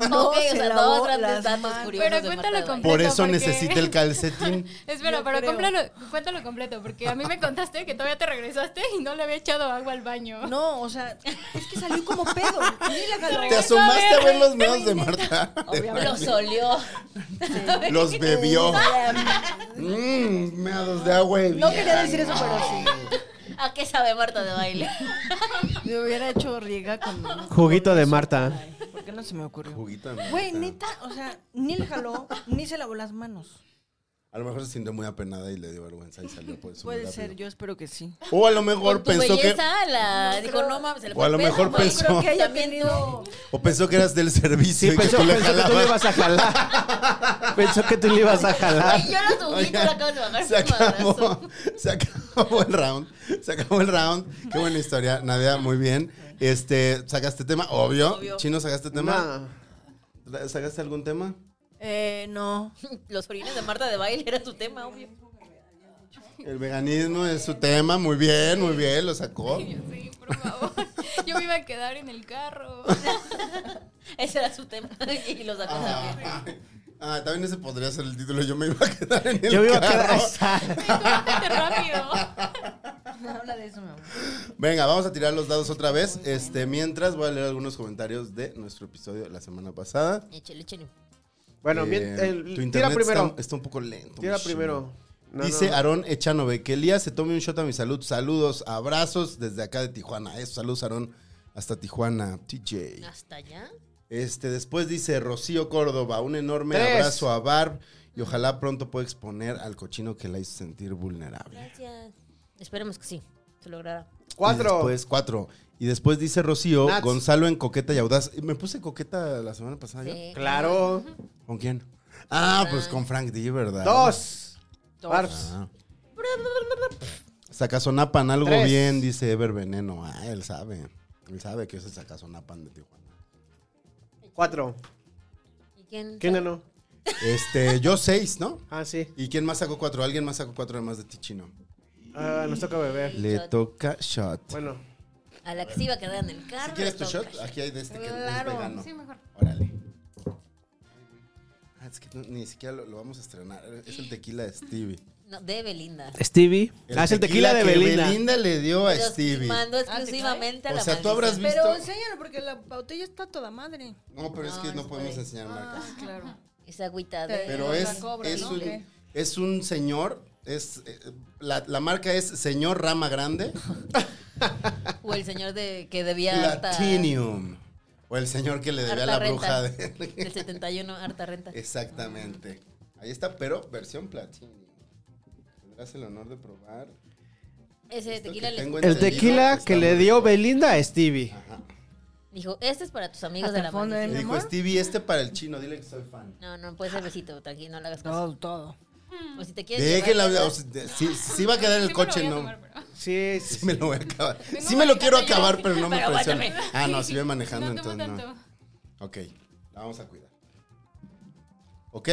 S6: No,
S3: Ok, o
S6: se
S3: sea,
S6: lavó
S3: dos grandes
S6: las
S3: datos
S6: manos.
S3: curiosos.
S7: Pero
S3: de Marta
S7: cuéntalo
S3: de baile.
S7: completo.
S1: Por eso
S7: porque-
S1: necesita el calcetín.
S7: Espera,
S6: Yo
S7: pero
S6: creo.
S7: cómpralo- cuéntalo completo, porque a mí me contaste que todavía te regresaste y no le había echado agua al baño.
S6: No, o sea, es que salió como pedo. Ni la agarró.
S1: Te asomaste a ver los meos de Marta.
S3: Obviamente los olió.
S1: Los bebió.
S6: Obviamente.
S1: Mmm, meados de agua.
S6: No quería decir eso, pero sí.
S3: ¿A qué sabe Marta de baile?
S6: Me hubiera hecho riega con.
S5: Juguito de Marta.
S6: Ay, ¿Por qué no se me ocurrió?
S1: Juguito de Marta.
S6: Güey, neta, o sea, ni le jaló, ni se lavó las manos.
S1: A lo mejor se sintió muy apenada y le dio vergüenza y salió por eso. muy
S6: Puede ser,
S1: rápido.
S6: yo espero que sí.
S1: O a lo mejor
S3: Con tu
S1: pensó que.
S3: belleza, la... dijo, no mames, se le
S1: O a lo
S3: fue el
S1: mejor
S3: pedo, güey".
S1: pensó- Creo que
S6: ella
S3: También
S6: tenido-
S1: O pensó que eras del servicio. y
S5: pensó,
S1: que tú le
S5: pensó que tú le
S1: jalabas.
S5: ibas a jalar. pensó que tú le ibas a jalar.
S3: Güey, yo los subí, tú lo acabas de bajar.
S1: Se acabó, se acabó el round. Se acabó el round. Qué buena historia, Nadia, muy bien. Este, ¿sacaste tema? Obvio.
S3: Obvio.
S1: Chino, ¿sacaste tema?
S5: No.
S1: ¿Sacaste algún tema?
S6: Eh, no.
S3: Los orines de Marta de baile era tu tema, obvio.
S1: El veganismo es su tema, muy bien, muy bien, lo sacó.
S7: Y yo, Sí, por favor. Yo me iba a quedar en el carro.
S3: Ese era su tema. Y los sacó también.
S1: Ah, ah, también ese podría ser el título. Yo me iba a quedar en el
S5: Yo me iba a
S1: carro.
S5: quedar.
S7: Sí, tú métete rápido.
S6: Habla de eso, mi amor.
S1: Venga, vamos a tirar los dados otra vez. Este, mientras voy a leer algunos comentarios de nuestro episodio de la semana pasada.
S3: Échale, échale.
S5: Bueno,
S1: Eh,
S5: bien, el-
S1: tu
S5: tira
S1: internet
S5: primero.
S1: Está, está un poco lento.
S5: Tira
S1: mi chino.
S5: primero. No,
S1: Dice
S5: no.
S1: Aarón Echanove, que Elías se tome un shot a mi salud. Saludos, abrazos desde acá de Tijuana. Eso, saludos, Aarón, hasta Tijuana, TJ.
S3: ¿Hasta allá?
S1: Este, después dice Rocío Córdoba, un enorme
S5: Tres.
S1: abrazo a Barb y ojalá pronto pueda exponer al cochino que la hizo sentir vulnerable.
S3: Gracias. Esperemos que sí. Se logrará.
S1: Y
S5: Cuatro.
S1: después, cuatro. Y después dice Rocío,
S5: Nats.
S1: Gonzalo en coqueta y audaz. Y Me puse coqueta la semana pasada. yo?
S3: Sí.
S5: Claro.
S1: ¿Con quién? Ah, pues con Frank D, ¿verdad?
S5: Dos. Barbs.
S1: Ah. Sacazonapan, algo
S5: Tres.
S1: bien, dice Ever Veneno. Ah, él sabe. Él sabe que es el sacazonapan de Tijuana.
S5: Cuatro.
S3: ¿Y quién?
S5: ¿Quién ganó?
S1: Este, yo seis, ¿no?
S5: Ah, sí.
S1: ¿Y quién más sacó cuatro? ¿Alguien más sacó cuatro además de Tichino?
S5: Ah, nos toca beber.
S1: Le toca shot.
S5: Bueno.
S3: A la que se iba a quedar en el carro.
S1: Si quieres
S3: le
S1: tu
S3: toca.
S1: shot, aquí hay de este que es vegano.
S7: Sí, mejor.
S1: Órale. Ah, es que no- ni siquiera lo, lo vamos a estrenar. Es el tequila de Stevie.
S3: No, de Belinda.
S5: Stevie. ah, es el tequila de
S1: que
S5: Belinda.
S1: Belinda le dio a
S3: Los
S1: Stevie.
S3: Mandó
S6: cae?
S3: exclusivamente a
S1: O
S3: la
S1: sea, tú habrás
S3: maldición.
S6: Pero
S1: visto.
S6: enséñalo porque la botella está toda madre.
S1: No, pero es que no podemos enseñar
S3: Ah,
S1: marcas.
S6: Claro.
S3: Esa agüita
S6: Te-
S3: de.
S1: Pero
S6: La
S1: es,
S6: cobra,
S1: es,
S6: ¿no? ¿O
S1: un,
S6: qué?
S1: es un señor, es eh, la, la marca es señor Rama Grande
S3: O el señor de que debía harta.
S1: Platinum. O el señor que le debía
S3: harta
S1: la bruja
S3: renta.
S1: de...
S3: Del 71, harta renta.
S1: Exactamente. Ahí está, pero versión Platinum. Tendrás el honor de probar.
S3: Ese
S1: Esto
S3: tequila
S1: que
S3: le
S1: tengo
S5: El tequila que le dio Belinda a Stevie.
S3: Dijo, este es para tus amigos
S6: Hasta
S3: de la
S6: el fondo
S1: Le
S6: del-
S3: banda.
S1: dijo,
S6: amor?
S1: Stevie, este para el chino, dile que soy fan.
S3: No, no, puede ser besito, tranquilo, no le hagas caso.
S6: Todo, todo.
S3: O si te quieres
S1: Déjenla,
S3: llevar-
S1: o sea, de- sí, sí va a quedar en el
S7: Sí me lo
S1: coche,
S7: voy a
S1: ¿no?
S7: tomar, pero-
S5: Sí, sí,
S1: Sí me lo voy a acabar.
S7: Vengo
S1: Sí me lo
S7: manejando
S1: quiero
S7: yo.
S1: acabar, pero no me
S3: Pero
S1: presiona.
S3: aguántame.
S1: Ah, no, si voy manejando,
S7: No tomo
S1: entonces no.
S7: tanto.
S1: Ok, la vamos a cuidar. ¿Ok?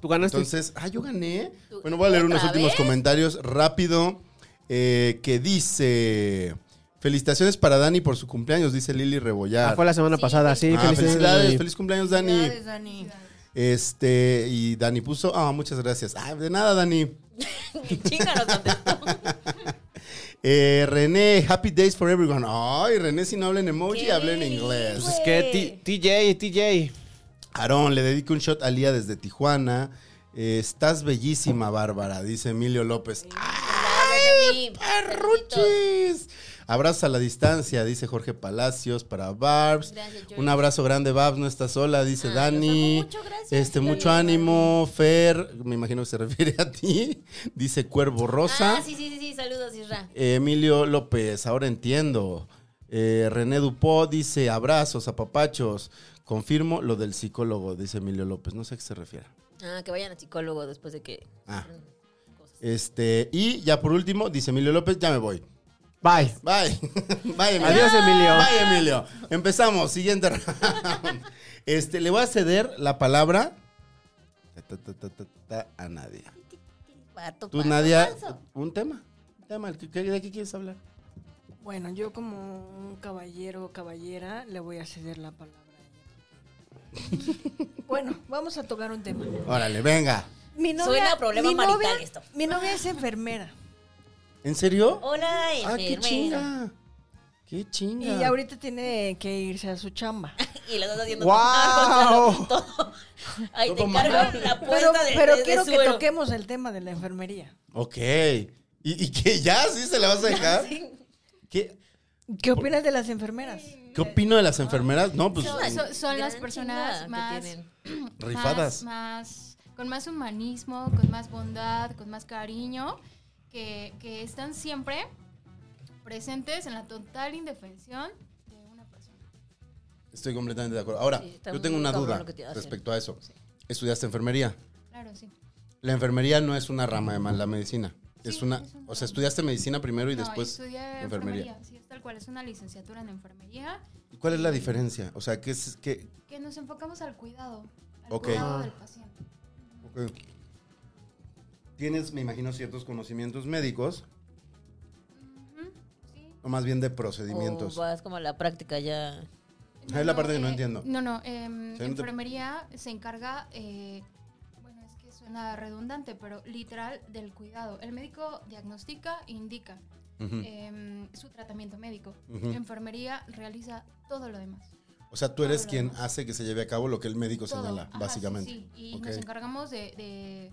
S5: Tú ganaste.
S1: Entonces, ah, yo gané.
S3: Tú-
S1: Bueno, voy a leer unos
S3: ¿Otra
S1: últimos
S3: vez?
S1: comentarios rápido. eh, que dice: Felicitaciones para Dani por su cumpleaños, dice Lili
S5: Ah,
S1: Rebollar.
S5: fue la semana
S3: Sí,
S5: pasada, sí.
S1: Ah, felicidades,
S5: felicidades.
S1: feliz cumpleaños, Dani.
S6: Felicidades, Dani.
S1: Este, y Dani puso: Ah, muchas gracias. Ah, de nada, Dani.
S3: Chinga, no contestó.
S1: Eh, René, Happy Days for Everyone. Ay, René, si no habla en emoji,
S3: Qué
S1: habla en
S3: bien,
S1: inglés.
S5: Pues es que ti- TJ, TJ.
S1: Aarón, le dedico un shot a Lía desde Tijuana. Eh, estás bellísima, Bárbara, dice Emilio López.
S3: ¡Ay,
S1: ¡Arruchis! Abrazos a la distancia, dice Jorge Palacios para Barbs.
S3: Gracias, George.
S1: Un abrazo grande, Barbs, no estás sola, dice
S3: Ay, los
S1: Dani.
S3: amo mucho, gracias,
S1: Este,
S3: Lili,
S1: mucho
S3: Barbie.
S1: ánimo, Fer, me imagino que se refiere a ti, dice Cuervo Rosa.
S3: Ah, sí, sí, sí, sí, saludos, Isra.
S1: Emilio López, ahora entiendo. Eh, René Dupont dice abrazos, apapachos. Confirmo lo del psicólogo, dice Emilio López. No sé a qué se refiere.
S3: Ah, que vayan al psicólogo después de que. mm,
S1: Ah. Este, y ya por último, dice Emilio López, ya me voy.
S5: Bye.
S1: Bye. Bye, Emilio.
S5: Adiós, Emilio.
S1: Bye, Emilio. Empezamos, siguiente round. Este, le voy a ceder la palabra ta, ta, ta, ta, ta, a Nadia.
S3: Pato,
S1: Tú,
S3: pato,
S1: Nadia,
S3: paso.
S1: un tema. Un tema, ¿de qué- ¿de qué quieres hablar?
S6: Bueno, yo como un caballero o caballera le voy a ceder la palabra a ella. bueno, vamos a tocar un tema.
S1: Órale, venga.
S6: Mi novia,
S3: Suena a problema
S6: mi
S3: marital
S6: novia-
S3: esto.
S6: Mi novia es enfermera
S1: ¿En serio?
S3: Hola,
S1: ah, qué
S3: enfermera.
S1: chinga. Qué chinga.
S6: y ahorita tiene que irse a su chamba.
S3: Y la estás haciendo
S5: ¡Guau!
S3: todo. todo- todo. Ahí te
S1: Todo
S3: cargo
S1: mal.
S3: la
S6: Pero,
S3: puerta de
S6: pero
S3: de- de
S6: quiero que
S3: suero.
S6: toquemos el tema de la enfermería.
S1: Ok. ¿Y, y qué? ¿Ya? ¿Sí se la vas a dejar? ¿Qué,
S6: ¿Qué opinas de las enfermeras?
S1: ¿Qué opino de las enfermeras? No, pues. mm,
S7: Son, son- son las
S3: Gran chingada
S7: personas
S3: que
S7: más,
S3: tienen.
S1: Rifadas.
S7: más, más- con más humanismo, con más bondad, con más cariño, que, que están siempre presentes en la total indefensión de una persona.
S1: Estoy completamente de acuerdo. Ahora,
S3: Sí, está
S1: yo tengo
S3: muy
S1: una
S3: cabrón
S1: duda
S3: lo que te hacen.
S1: respecto a eso. Estudiaste enfermería.
S7: Claro, sí.
S1: La enfermería no es una rama de más la medicina. es
S7: Sí,
S1: una.
S7: es una
S1: O sea, estudiaste medicina primero y
S7: No,
S1: después enfermería.
S7: estudié enfermería. Sí, es tal cual, es una licenciatura en enfermería
S1: ¿Cuál es la diferencia? O sea, ¿qué es. Qué,
S7: que nos enfocamos al cuidado, al
S1: Ok.
S7: cuidado
S1: Ah.
S7: del paciente.
S1: ok. Tienes, me imagino, ciertos conocimientos médicos,
S7: Ujú, sí.
S1: o más bien de
S3: O
S1: procedimientos.
S3: vas como a la práctica ya.
S1: Ahí es la parte que no
S7: eh,
S1: entiendo.
S7: No, no. em,
S1: O sea, no te-
S7: enfermería se encarga, eh, bueno, es que suena redundante, pero literal del cuidado. El médico diagnostica e indica
S1: Ujú.
S7: em, su tratamiento médico.
S1: Mm. Ujú.
S7: Enfermería realiza todo lo demás.
S1: O sea, tú eres
S7: Todo lo
S1: quien
S7: demás.
S1: hace que se lleve a cabo lo que el médico
S7: Todo.
S1: señala,
S7: Ajá, sí,
S1: básicamente.
S7: sí, Y
S1: Ok.
S7: nos encargamos de, de-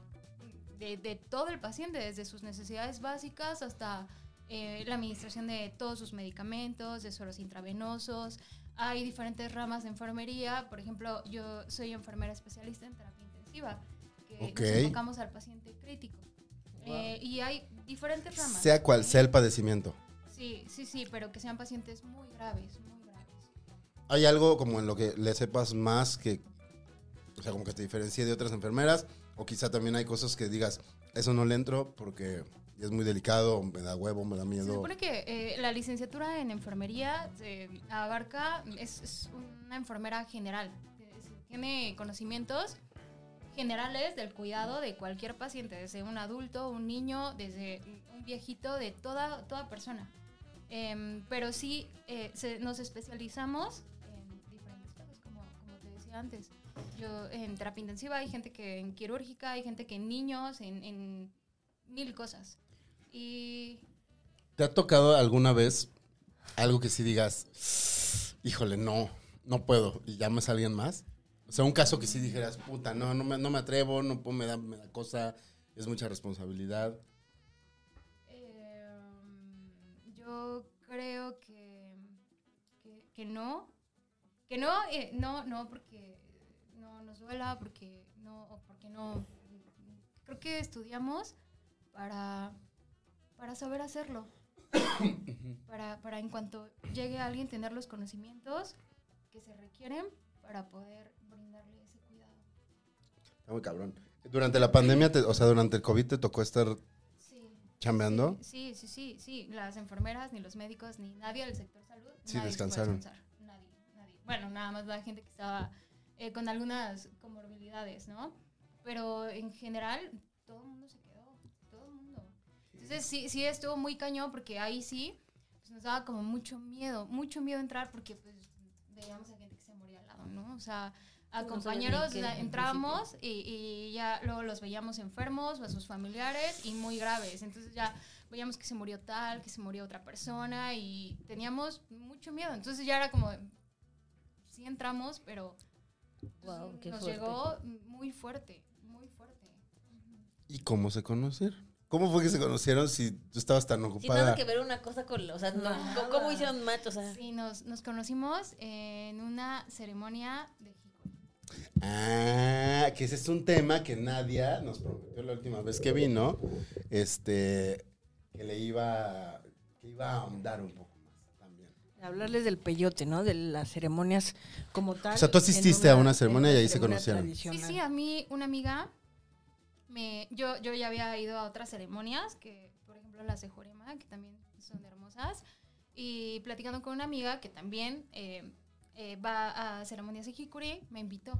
S7: de- de todo el paciente, desde sus necesidades básicas hasta eh, la administración de todos sus medicamentos, de sueros intravenosos. Hay diferentes ramas de enfermería. Por ejemplo, yo soy enfermera especialista en terapia intensiva, que
S1: Ok.
S7: nos enfocamos al paciente crítico. Eh, y hay diferentes ramas.
S1: Sea cual sea el padecimiento.
S7: Sí, sí, sí, pero que sean pacientes muy graves, muy graves.
S1: ¿Hay algo como en lo que le sepas más que, o sea, como que te diferencie de otras enfermeras? O quizá también hay cosas que digas, eso no le entro porque es muy delicado, me da huevo, me da
S7: Se
S1: miedo.
S7: supone que eh, la licenciatura en enfermería eh, abarca, es, es una enfermera general. Es- Tiene conocimientos generales del cuidado de cualquier paciente, desde un adulto, un niño, desde un viejito, de toda, toda persona. Em, pero sí eh, se- nos especializamos en diferentes cosas, como, como te decía antes. Yo en terapia intensiva hay gente que en quirúrgica, hay gente que en niños, en, en mil cosas. Y
S1: ¿Te ha tocado alguna vez algo que sí digas, híjole, no, no puedo, y llamas a alguien más? O sea, un caso que sí dijeras, puta, no, no me, no me atrevo, no puedo, me da, me da cosa, es mucha responsabilidad.
S7: Em, yo creo que, que, que no. Que no, eh, no, no, porque no nos duela, porque no, o porque no. Creo que estudiamos para, para saber hacerlo. para, para en cuanto llegue alguien tener los conocimientos que se requieren para poder brindarle ese cuidado.
S1: Está muy cabrón. Durante la pandemia, te- o sea, durante el COVID te tocó estar
S7: Sí.
S1: chambeando.
S7: Sí, sí, sí, sí. Las enfermeras, ni los médicos, ni nadie del sector salud.
S1: Sí,
S7: nadie se puede
S1: descansaron.
S7: descansar. Nadie, nadie. Bueno, nada más la gente que estaba eh, con algunas comorbilidades, ¿no? Pero en general, todo el mundo se quedó. Todo el mundo. Entonces, sí, sí estuvo muy cañón porque ahí sí pues, nos daba como mucho miedo, mucho miedo entrar porque pues veíamos a gente que se moría al lado, ¿no? O sea, a
S3: No
S7: compañeros
S3: sabían ni qué,
S7: la-
S3: en
S7: entrábamos y, y ya luego los veíamos enfermos o a sus familiares y muy graves. Entonces ya veíamos que se murió tal, que se murió otra persona y teníamos mucho miedo. Entonces ya era como, sí entramos, pero pues,
S3: Guau, qué
S7: nos
S3: fuerte.
S7: llegó muy fuerte, muy fuerte.
S1: ¿Y cómo se conocieron? ¿Cómo fue que se conocieron si tú estabas tan
S3: Sin nada
S1: ocupada?
S3: que ver una cosa con la. O sea, no, ¿cómo- ¿cómo hicieron match? O sea,
S7: Sí, nos, nos conocimos en una ceremonia de jicue.
S1: Ah, que ese es un tema que Nadia nos prometió la última vez que vino. Este, que le iba, que iba a ahondar un poco más también.
S6: Hablarles del peyote, ¿no? De las ceremonias como tal.
S1: O sea, tú asististe
S6: en
S1: a una ceremonia
S6: en
S1: y
S6: una
S1: ahí se
S6: ceremonia
S1: conocieron.
S7: Sí,
S6: tradicional.
S7: sí, a mí una amiga, me, yo, yo ya había ido a otras ceremonias, que por ejemplo las de Jorema, que también son hermosas, y platicando con una amiga que también eh, eh, va a ceremonias de Hikuri, me invitó.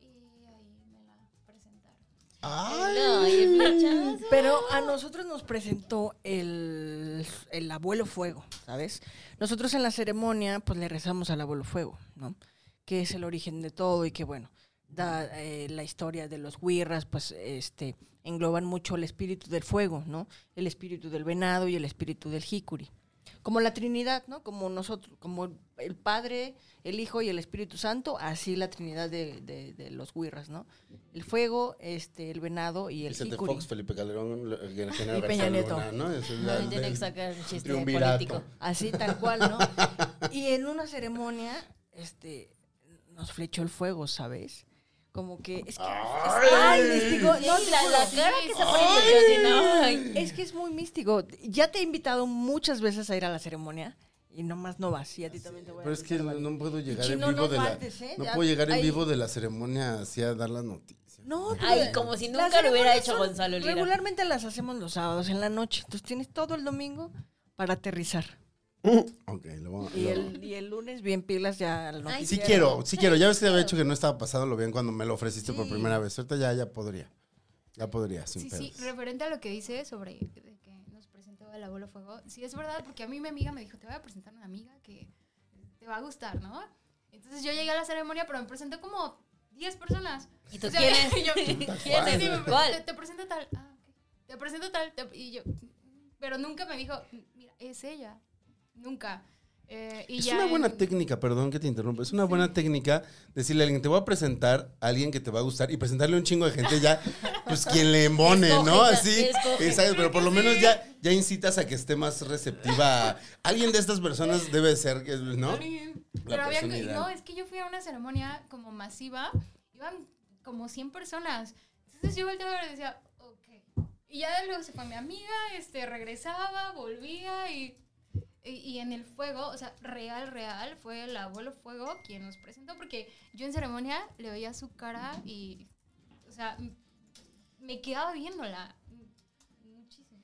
S7: Y ahí me la presentaron.
S3: No, y el flechazo.
S6: Pero a nosotros nos presentó el, el abuelo fuego, ¿sabes? Nosotros en la ceremonia, pues le rezamos al abuelo fuego, ¿no? Que es el origen de todo y que, bueno, da eh, la historia de los huirras, pues este, engloban mucho el espíritu del fuego, ¿no? El espíritu del venado y el espíritu del jícuri. Como la Trinidad, ¿no? Como nosotros, como el Padre, el Hijo y el Espíritu Santo, así la Trinidad de, de- de los huirras, ¿no? El fuego, este, el venado y el
S1: Vicente
S6: jícuri.
S1: Fox, Felipe Calderón, lo- el general
S6: Y
S1: García
S6: Peña Nieto.
S1: Luna, ¿no? Es la-
S3: Ay, tiene
S1: del
S3: que sacar un chiste
S1: triunvirato.
S3: político.
S6: Así, tal cual, ¿no? Y en una ceremonia, este, nos flechó el fuego, ¿sabes? Como que, es que, es, ay, místico,
S3: Sí,
S6: no, te
S3: la,
S6: juro.
S3: la cara que se pone nerviosa, ¿no? Ay.
S6: Es que es muy místico. Ya te he invitado muchas veces a ir a la ceremonia y nomás no vas, y a ti también te voy a
S1: Pero es que
S6: invitar,
S1: no puedo llegar
S6: Chino,
S1: en vivo
S6: no
S1: de la
S6: faltes, ¿eh?
S1: no
S6: Ya-
S1: puedo llegar en
S6: ahí.
S1: vivo de la ceremonia así a dar las noticias.
S6: No, pero-
S3: Ay, como si
S6: las
S3: nunca lo hubiera
S6: ceremonias
S3: hecho
S6: son-
S3: Gonzalo Lira.
S6: Regularmente las hacemos los sábados en la noche, entonces tienes todo el domingo para aterrizar.
S1: Ok, lo vamos
S6: Y
S1: lo-
S6: el, y el lunes bien pilas ya al
S3: Ay,
S1: Sí
S6: noticiero.
S1: quiero, sí quiero. Ya ves que había dicho que no estaba pasado lo bien cuando me lo ofreciste por primera vez. Ahorita ya, ya podría. Ya podría, sin
S7: Sí,
S1: pedos.
S7: sí, referente a lo que dice sobre de que nos presentó el abuelo fuego, sí es verdad, porque a mí mi amiga me dijo, te voy a presentar una amiga que te va a gustar, ¿no? Entonces yo llegué a la ceremonia, pero me presentó como 10 personas.
S3: ¿Y tú
S7: O sea,
S3: quién es?
S7: yo-
S3: ¿Quién
S7: Sí, sí, me
S3: es?
S7: pre- Te,
S3: ¿Cuál?
S7: te presento tal, ah, ok. te presento tal, te- y yo, pero nunca me dijo, mira, es ella, nunca. Eh, y
S1: Es
S7: ya
S1: una buena
S7: en-
S1: técnica, perdón que te interrumpa. Es una buena técnica decirle a alguien, te voy a presentar a alguien que te va a gustar y presentarle a un chingo de gente ya, pues quien le embone,
S3: Escoge,
S1: ¿no?
S3: ya,
S1: Así.
S3: escoge.
S1: Exacto, pero por lo menos ya, ya incitas a que esté más receptiva. a- Alguien de estas personas debe ser, que- ¿no?
S7: Alguien.
S1: La
S7: Pero había que-
S1: personalidad.
S7: no, es que yo fui a una ceremonia como masiva, iban como 100 personas. Entonces yo volteaba y decía, ok. Y ya de luego se fue mi amiga, este, regresaba, volvía y, y, y en el fuego, o sea, real, real, fue el abuelo fuego quien nos presentó, porque yo en ceremonia le veía su cara y, o sea, m- me quedaba viéndola. Muchísimo.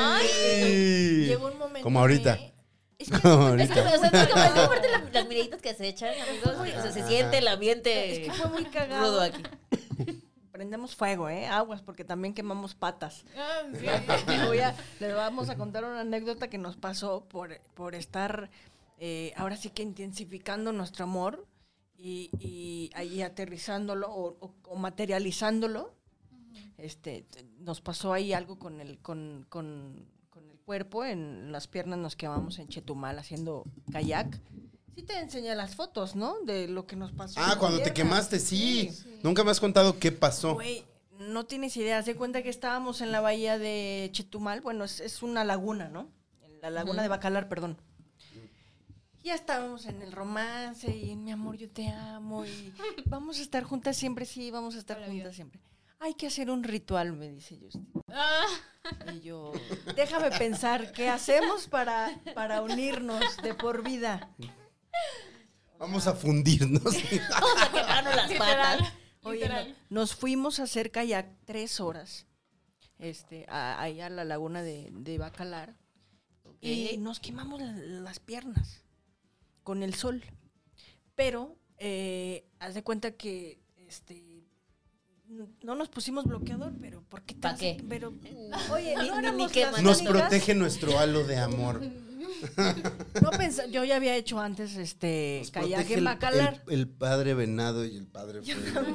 S1: ¡Ay!
S6: Llegó un momento.
S1: Como ahorita.
S6: que- Es que
S3: Es que,
S1: Ahorita.
S3: o sea, es como- es que aparte la- las miraditas que se echan, amigos, o sea, se siente el
S6: Es
S3: ambiente
S6: que fue muy cagado.
S3: rudo aquí.
S6: Prendemos fuego, ¿eh? Aguas, porque también quemamos patas.
S7: Ah, sí.
S6: Le voy a- le vamos a contar una anécdota que nos pasó por, por estar eh, ahora sí que intensificando nuestro amor y, y ahí aterrizándolo o, o- o materializándolo. Este, t- nos pasó ahí algo con el, con, con- con el cuerpo, en las piernas nos quemamos en Chetumal haciendo kayak. Sí te enseñé las fotos, ¿no? De lo que nos pasó.
S1: Ah,
S6: en
S1: cuando te
S6: piernas.
S1: quemaste, sí. Nunca me has contado qué pasó.
S6: Güey, no tienes idea. Haz de cuenta que estábamos en la bahía de Chetumal. Bueno, es, es una laguna, ¿no? En la laguna de Bacalar, perdón. Ya estábamos en el romance y en mi amor, yo te amo. Y vamos a estar juntas siempre, sí, vamos a estar
S7: Toda la vida.
S6: juntas siempre. Hay que hacer un ritual, me dice Justin.
S7: Ah,
S6: Y yo, déjame pensar, ¿qué hacemos para, para unirnos de por vida?
S1: Vamos a fundirnos.
S3: Vamos a quemarnos las
S7: literal,
S3: patas.
S6: Oye,
S7: literal.
S6: no, nos fuimos a hacer kayak tres horas, este, a, ahí a la laguna de, de Bacalar, y nos quemamos la- las piernas con el sol. Pero, eh, haz de cuenta que, este, n- no nos pusimos bloqueador, pero ¿por qué?
S3: ¿Pa
S6: tan-
S3: qué?
S6: Pero, oye,
S3: ni-
S6: no
S3: ni- ni
S6: éramos
S3: qué
S6: las
S3: más.
S1: Nos
S6: únicas-
S1: protege nuestro halo de amor.
S6: No pensa- yo ya había hecho antes, este,
S1: Nos
S6: kayak
S1: protege
S6: en
S1: el,
S6: Bacalar.
S1: el- el padre venado y el padre fuego.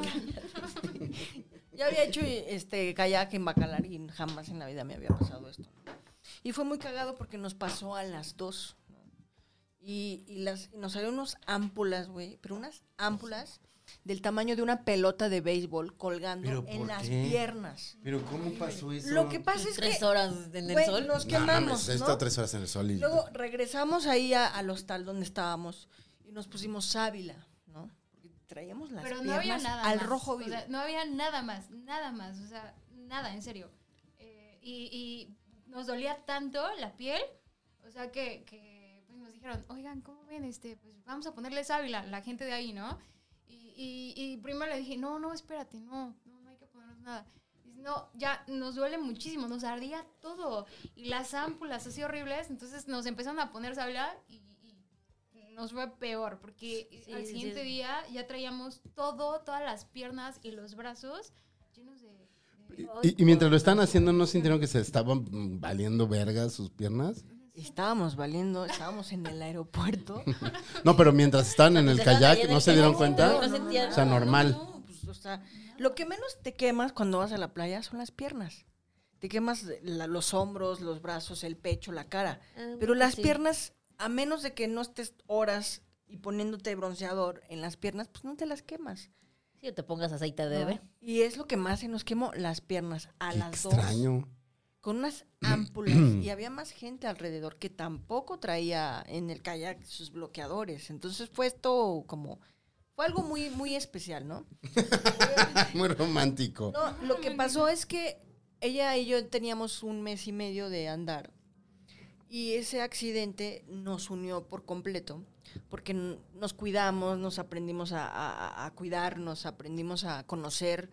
S6: Ya había hecho este kayak en Bacalar y jamás en la vida me había pasado esto. ¿no? Y fue muy cagado porque nos pasó a las dos. ¿no? Y, y las, y nos salieron unas ámpulas, güey, pero unas ámpulas del tamaño de una pelota de béisbol colgando
S1: ¿Pero por
S6: en las
S1: qué?
S6: piernas.
S1: Pero ¿cómo pasó eso?
S6: Lo que pasa es
S3: Tres
S6: que
S3: horas en el
S6: güey,
S3: sol.
S6: nos
S1: No,
S6: quemamos,
S1: mames, he
S6: ¿no?
S1: estado tres horas en el sol y...
S6: Luego regresamos ahí a- al hostal donde estábamos y nos pusimos sábila, ¿no? Porque traíamos las
S7: Pero no
S6: piernas
S7: había nada
S6: al
S7: más.
S6: rojo
S7: o
S6: vivo.
S7: sea, no había nada más, nada más, o sea, nada, en serio. Eh, y, y nos dolía tanto la piel, o sea que, que, pues, nos dijeron, oigan, ¿cómo ven? Este, pues vamos a ponerle sábila, la gente de ahí, ¿no? Y, y, y primero le dije, no, no, espérate, no, no, no hay que ponernos nada. Dice, no, ya nos duele muchísimo, nos ardía todo. Y las ámpulas así horribles, entonces nos empezaron a poner sábila y, y nos fue peor, porque
S3: Sí,
S7: al
S3: sí,
S7: siguiente
S3: sí.
S7: día ya traíamos todo, todas las piernas y los brazos llenos de... de-
S1: Y, y mientras lo están haciendo, ¿no sintieron que se estaban mm, valiendo verga sus piernas?
S6: Estábamos valiendo, estábamos en el aeropuerto.
S1: No, pero mientras estaban en el
S3: Pues, Dejaron ahí
S1: kayak,
S3: en el
S1: ¿no se dieron
S3: kayak,
S1: cuenta?
S3: no
S6: Ah,
S3: sentían
S1: O sea,
S3: nada.
S1: normal.
S6: No, pues, o sea, lo que menos te quemas cuando vas a la playa son las piernas. Te quemas la- los hombros, los brazos, el pecho, la cara.
S3: Ah,
S6: Pero las
S3: sí.
S6: piernas, a menos de que no estés horas y poniéndote bronceador en las piernas, pues no te las quemas.
S3: Si te pongas aceite de bebé.
S6: Y es lo que más se nos quemó, las piernas, a
S1: Qué
S6: las dos.
S1: extraño.
S6: Con unas ámpulas. y había más gente alrededor que tampoco traía en el kayak sus bloqueadores. Entonces fue esto como... Fue algo muy, muy especial, ¿no?
S1: Muy romántico.
S6: No, lo que pasó es que ella y yo teníamos un mes y medio de andar. Y ese accidente nos unió por completo, porque n- nos cuidamos, nos aprendimos a, a- a cuidarnos, aprendimos a conocer,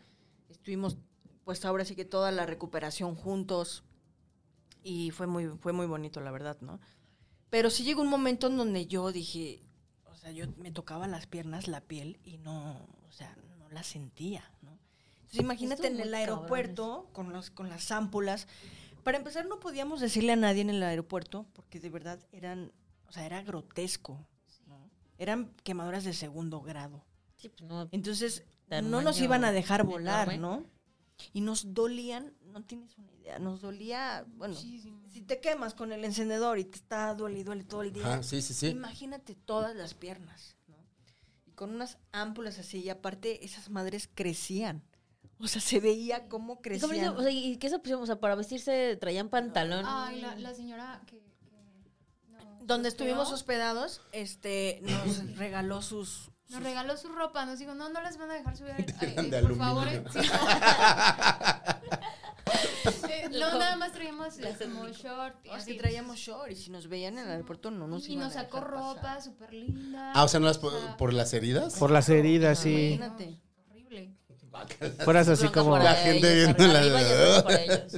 S6: estuvimos, pues ahora sí que toda la recuperación juntos y fue muy, fue muy bonito, la verdad, ¿no? Pero sí llegó un momento en donde yo dije, o sea, yo me tocaba las piernas, la piel y no, o sea, no la sentía, ¿no? Entonces imagínate
S3: Estuvo
S6: en
S3: muy
S6: el
S3: cabrón
S6: aeropuerto con, los, con las ámpulas. Para empezar, no podíamos decirle a nadie en el aeropuerto porque de verdad eran, o sea, era grotesco, ¿no? Eran quemaduras de segundo grado.
S3: Sí, pues no.
S6: Entonces,
S3: Tamaño
S6: no nos iban a dejar volar,
S3: enorme.
S6: ¿no? Y nos dolían, no tienes una idea, nos dolía, bueno,
S7: Muchísimo.
S6: si te quemas con el encendedor y te está duele y duele todo el día,
S1: Ajá, Ah, sí, sí, sí.
S6: imagínate todas las piernas, ¿no? Y con unas ámpulas así, y aparte esas madres crecían. O sea, se
S3: ¿Y,
S6: veía cómo
S3: cómo le
S6: crecían.
S3: hizo? O sea, ¿y qué se pusieron? O sea, para vestirse traían pantalón.
S7: Ay, la, la señora que... que no,
S6: Donde
S7: hospedó,
S6: estuvimos hospedados, este, nos regaló sus...
S7: Nos regaló su ropa, nos dijo, no, no las van a dejar subir. al-
S1: Eran
S7: eh,
S1: de
S7: por favor, eh,
S1: aluminio.
S7: sí, no. Eh, no, nada más traíamos este,
S3: Las
S7: como
S3: rico.
S7: short. y
S6: Es que
S7: así.
S6: Oh, traíamos short y si nos veían en el aeropuerto no nos
S7: Y
S6: iban
S7: nos
S6: a
S7: sacó
S6: dejar pasar.
S7: ropa súper linda.
S1: Ah, o sea, ¿no las po- por las heridas?
S5: Por las heridas, sí.
S6: Imagínate.
S7: Horrible.
S5: Fueras así
S3: Bronca
S5: como.
S3: por
S1: La
S3: ellos,
S1: gente viendo
S3: arriba
S1: la-
S3: y abajo por ellos.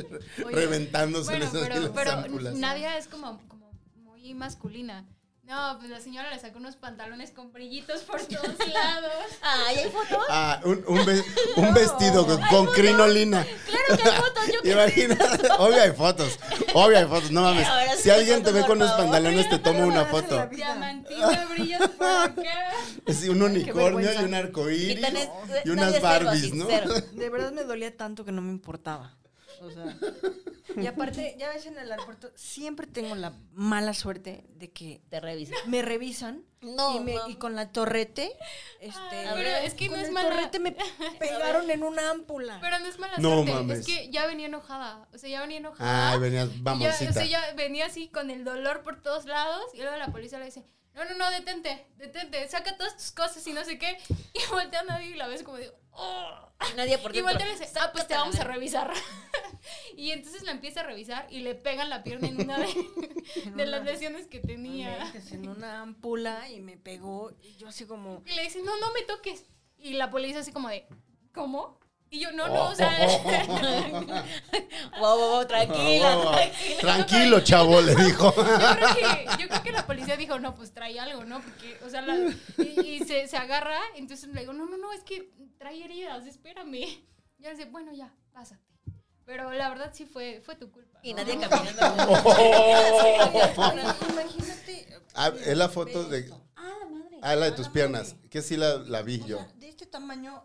S7: Oye,
S1: Reventándose en
S7: Bueno,
S1: esas en
S7: pero,
S1: las
S7: pero
S1: ámpulas.
S7: Nadia es como, como muy masculina. No, pues la señora le sacó unos pantalones con brillitos por todos lados.
S3: Ay, hay fotos.
S1: Ah, un, un ve- un vestido con, con crinolina.
S3: Claro que hay fotos. Yo que
S1: Imagina, obvio hay fotos, obvio hay fotos, no mames.
S3: Ahora sí
S1: Si alguien
S3: fotos,
S1: te ve
S3: por
S1: con unos
S3: favor.
S1: pantalones, te toma una foto.
S7: Diamantito, brillos por acá.
S1: Es un unicornio y
S6: vergüenza.
S1: un arcoíris
S3: Quitan
S1: y
S3: es- eh, nadie
S1: unas
S3: es cero,
S1: Barbies,
S3: así,
S1: ¿no?
S3: cero.
S6: De verdad me dolía tanto que no me importaba. O sea, y aparte, ya ves en el aeropuerto, siempre tengo la mala suerte de que
S3: Te revisan.
S6: me revisan
S3: No,
S6: y, me-
S3: no.
S6: y con la torrete, este,
S7: Ah, pero es que
S6: con
S7: no es
S6: el
S7: mala-
S6: torrete me pegaron en una ámpula.
S7: Pero no es mala
S1: No
S7: suerte,
S1: mames. Ah,
S7: es que ya venía enojada, o sea, ya venía enojada.
S1: Ay, venías,
S7: Y ya, o
S1: vamosita.
S7: sea, ya venía así con el dolor por todos lados y luego la policía le dice, no, no, no, detente, detente, saca todas tus cosas y no sé qué. Y voltea a nadie y la ves como de, oh.
S3: Y nadie por
S7: Y
S3: dentro.
S7: voltea y le dice, ah, pues te
S3: Sácatela,
S7: vamos a
S3: ven.
S7: revisar. y entonces la empieza a revisar y le pegan la pierna en una de,
S6: En
S7: de
S6: una-
S7: las lesiones que
S6: No
S7: tenía.
S6: inventes, En una ámpula y me pegó y yo así como...
S7: Y le dice, no, no me toques. Y la policía así como de, ¿cómo? Y yo, no,
S1: Oh,
S7: no, o sea...
S3: Wow, wow, wow, tranquila.
S1: Oh, Wow, wow.
S3: tranquila.
S1: Tranquilo, chavo, le dijo.
S7: Yo creo, que, yo creo que la policía dijo, no, pues trae algo, ¿no? Porque, o sea, la- y, y se, se agarra, entonces le digo, no, no, no, es que trae heridas, espérame. Ya dice, bueno, ya, pásate. Pero la verdad sí fue, fue tu culpa.
S3: Y
S7: ¿no?
S3: nadie caminando.
S1: Oh.
S6: Imagínate...
S1: Ah, es la foto
S6: ve
S1: de.
S6: esto.
S3: Ah, la madre.
S1: Ah, la de tus
S6: Ah,
S1: piernas.
S6: madre.
S1: Que sí la, la vi
S6: O
S1: yo.
S6: sea, de este tamaño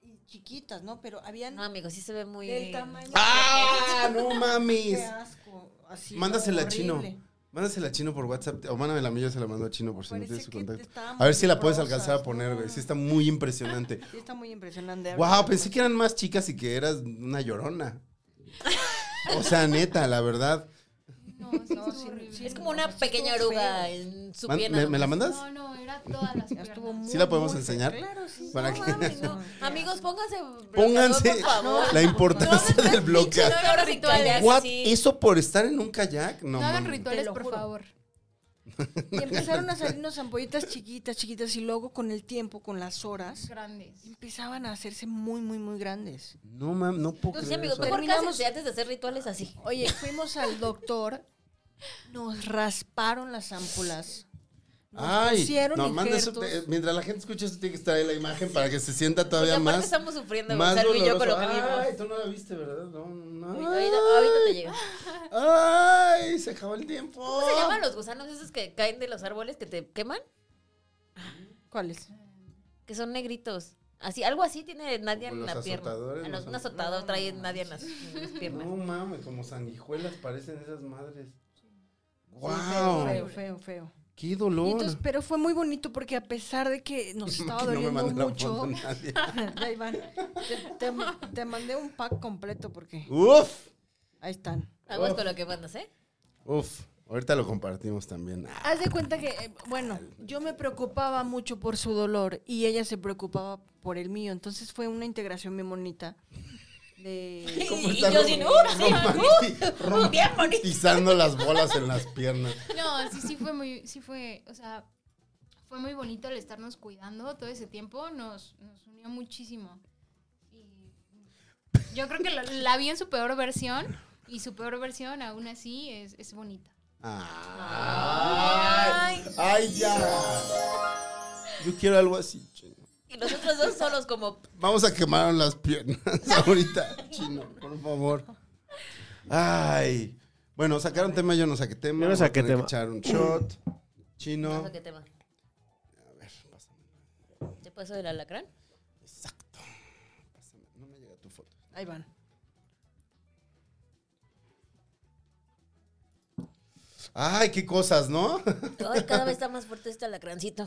S6: y chiquitas, ¿no? Pero habían
S3: No, amigo, sí se ve muy.
S7: pues.
S6: del tamaño...
S1: ¡Ah! ¡No
S6: ¡Qué
S1: mames!
S6: asco! Así,
S1: Mándasela a
S6: horrible.
S1: Chino. Mándasela a Chino por WhatsApp. O mándamela a mí, yo se la mando a Chino por si no
S6: Parece
S1: tienes su
S6: que
S1: contacto.
S6: estaban
S1: A ver si la
S6: muy
S1: puedes alcanzar a
S6: rosas,
S1: poner,
S6: ¿no?
S1: güey. Sí, está muy impresionante.
S6: Sí, está muy impresionante.
S1: Wow, pensé que eran más chicas y que eras una llorona. O sea, neta, la verdad.
S7: No, sí,
S6: No,
S7: estuvo
S6: sí,
S7: horrible.
S6: sí,
S3: pues, Es como una pequeña
S6: estuvo
S3: oruga
S6: feo.
S3: en su
S1: Man-
S3: pierna.
S1: ¿me- me la
S3: nomás.
S1: mandas?
S7: No, no, era todas las piernas.
S6: Estuvo muy,
S1: ¿Sí la podemos
S6: muy feo.
S1: enseñar?
S6: Claro, sí.
S1: Para
S6: no
S1: que-
S6: mames, no.
S3: Amigos, pónganse. bloqueador,
S1: Pónganse
S3: por favor.
S1: la
S3: No hagan
S1: importancia
S3: más
S1: del
S3: pinches
S1: bloqueador.
S3: horas rituales.
S1: What?
S3: Sí.
S1: ¿Eso por estar en un kayak? No,
S7: No hagan
S1: mames.
S7: rituales,
S6: Te lo
S7: por
S6: juro.
S7: favor.
S6: Y empezaron a salirnos ampollitas chiquitas, chiquitas, y luego con el tiempo, con las horas,
S7: Grandes.
S6: empezaban a hacerse muy, muy, muy grandes.
S1: No, mames, no puedo
S3: Entonces,
S1: creer
S3: amigos,
S1: eso.
S3: mejor
S6: Terminamos-
S3: cásense antes de hacer rituales así.
S6: Oye, fuimos al doctor, nos rasparon las ámpulas. Nos
S1: Ay,
S6: pusieron
S1: no, manda eso,
S6: injertos.
S1: te- mientras la gente escucha esto tiene que estar ahí la imagen para que se sienta todavía
S3: Pues Porque aparte
S1: más
S3: estamos sufriendo,
S1: más
S3: Gonzalo y yo con lo que
S1: doloroso. Ay,
S3: vimos.
S1: tú no la viste, ¿verdad? No, no.
S3: Ahorita, ahorita te llega.
S1: Ay, se acabó el tiempo.
S3: ¿Cómo se llaman los gusanos esos que caen de los árboles que te queman?
S6: ¿Cuáles?
S3: Que son negritos. Así, algo así tiene Nadia
S1: Como
S3: en la
S1: los
S3: pierna.
S1: azotadores,
S3: A
S1: ¿no
S3: los-
S1: son?
S3: Un azotador trae Nadia en las, en las piernas.
S1: No mames, como sanguijuelas parecen esas madres.
S6: Feo,
S1: Wow,
S6: feo, feo.
S1: qué
S6: Y
S1: dolor.
S6: entonces, pero fue muy bonito porque a pesar de que nos
S1: Que
S6: estaba
S1: no me
S6: doliendo
S1: mandaron
S6: mucho,
S1: foto nadie.
S6: Ya, Iván, te, te- te mandé un pack completo porque
S1: Uf,
S6: ahí están.
S3: Aguas con lo que mandas, ¿eh?
S1: uf. Ahorita lo compartimos también.
S6: Haz de cuenta que, eh, bueno, yo me preocupaba mucho por su dolor y ella se preocupaba por el mío. Entonces fue una integración muy bonita. De...
S3: Y,
S1: ¿Cómo
S3: y
S1: están
S3: yo
S1: rom-
S3: sin ¡uh! sí,
S1: romanti-
S3: ¡uh! ¡uh! bien bonito.
S1: Pisando las bolas en las piernas.
S7: No, sí, sí fue muy, sí fue, o sea, fue muy bonito el estarnos cuidando todo ese tiempo, nos, nos unió muchísimo. Y yo creo que la, la vi en su peor versión y su peor versión aún así es, es bonita.
S1: Ay, ay, ya. Yo quiero algo así, chino.
S3: Y nosotros dos solos como
S1: Vamos a quemar las piernas ahorita, chino, por favor. Ay. Bueno, sacaron tema, yo no saqué tema.
S5: Yo no
S1: voy a
S5: saqué
S1: tener que
S5: tema.
S1: Echar un shot.
S3: No
S1: Chino.
S3: sé qué tema. A ver, ¿Te paso del alacrán?
S1: Exacto. Pásame, No me llega tu foto.
S6: Ahí van.
S1: Ay, qué cosas, ¿no?
S3: Ay, cada vez está más fuerte este alacrancito.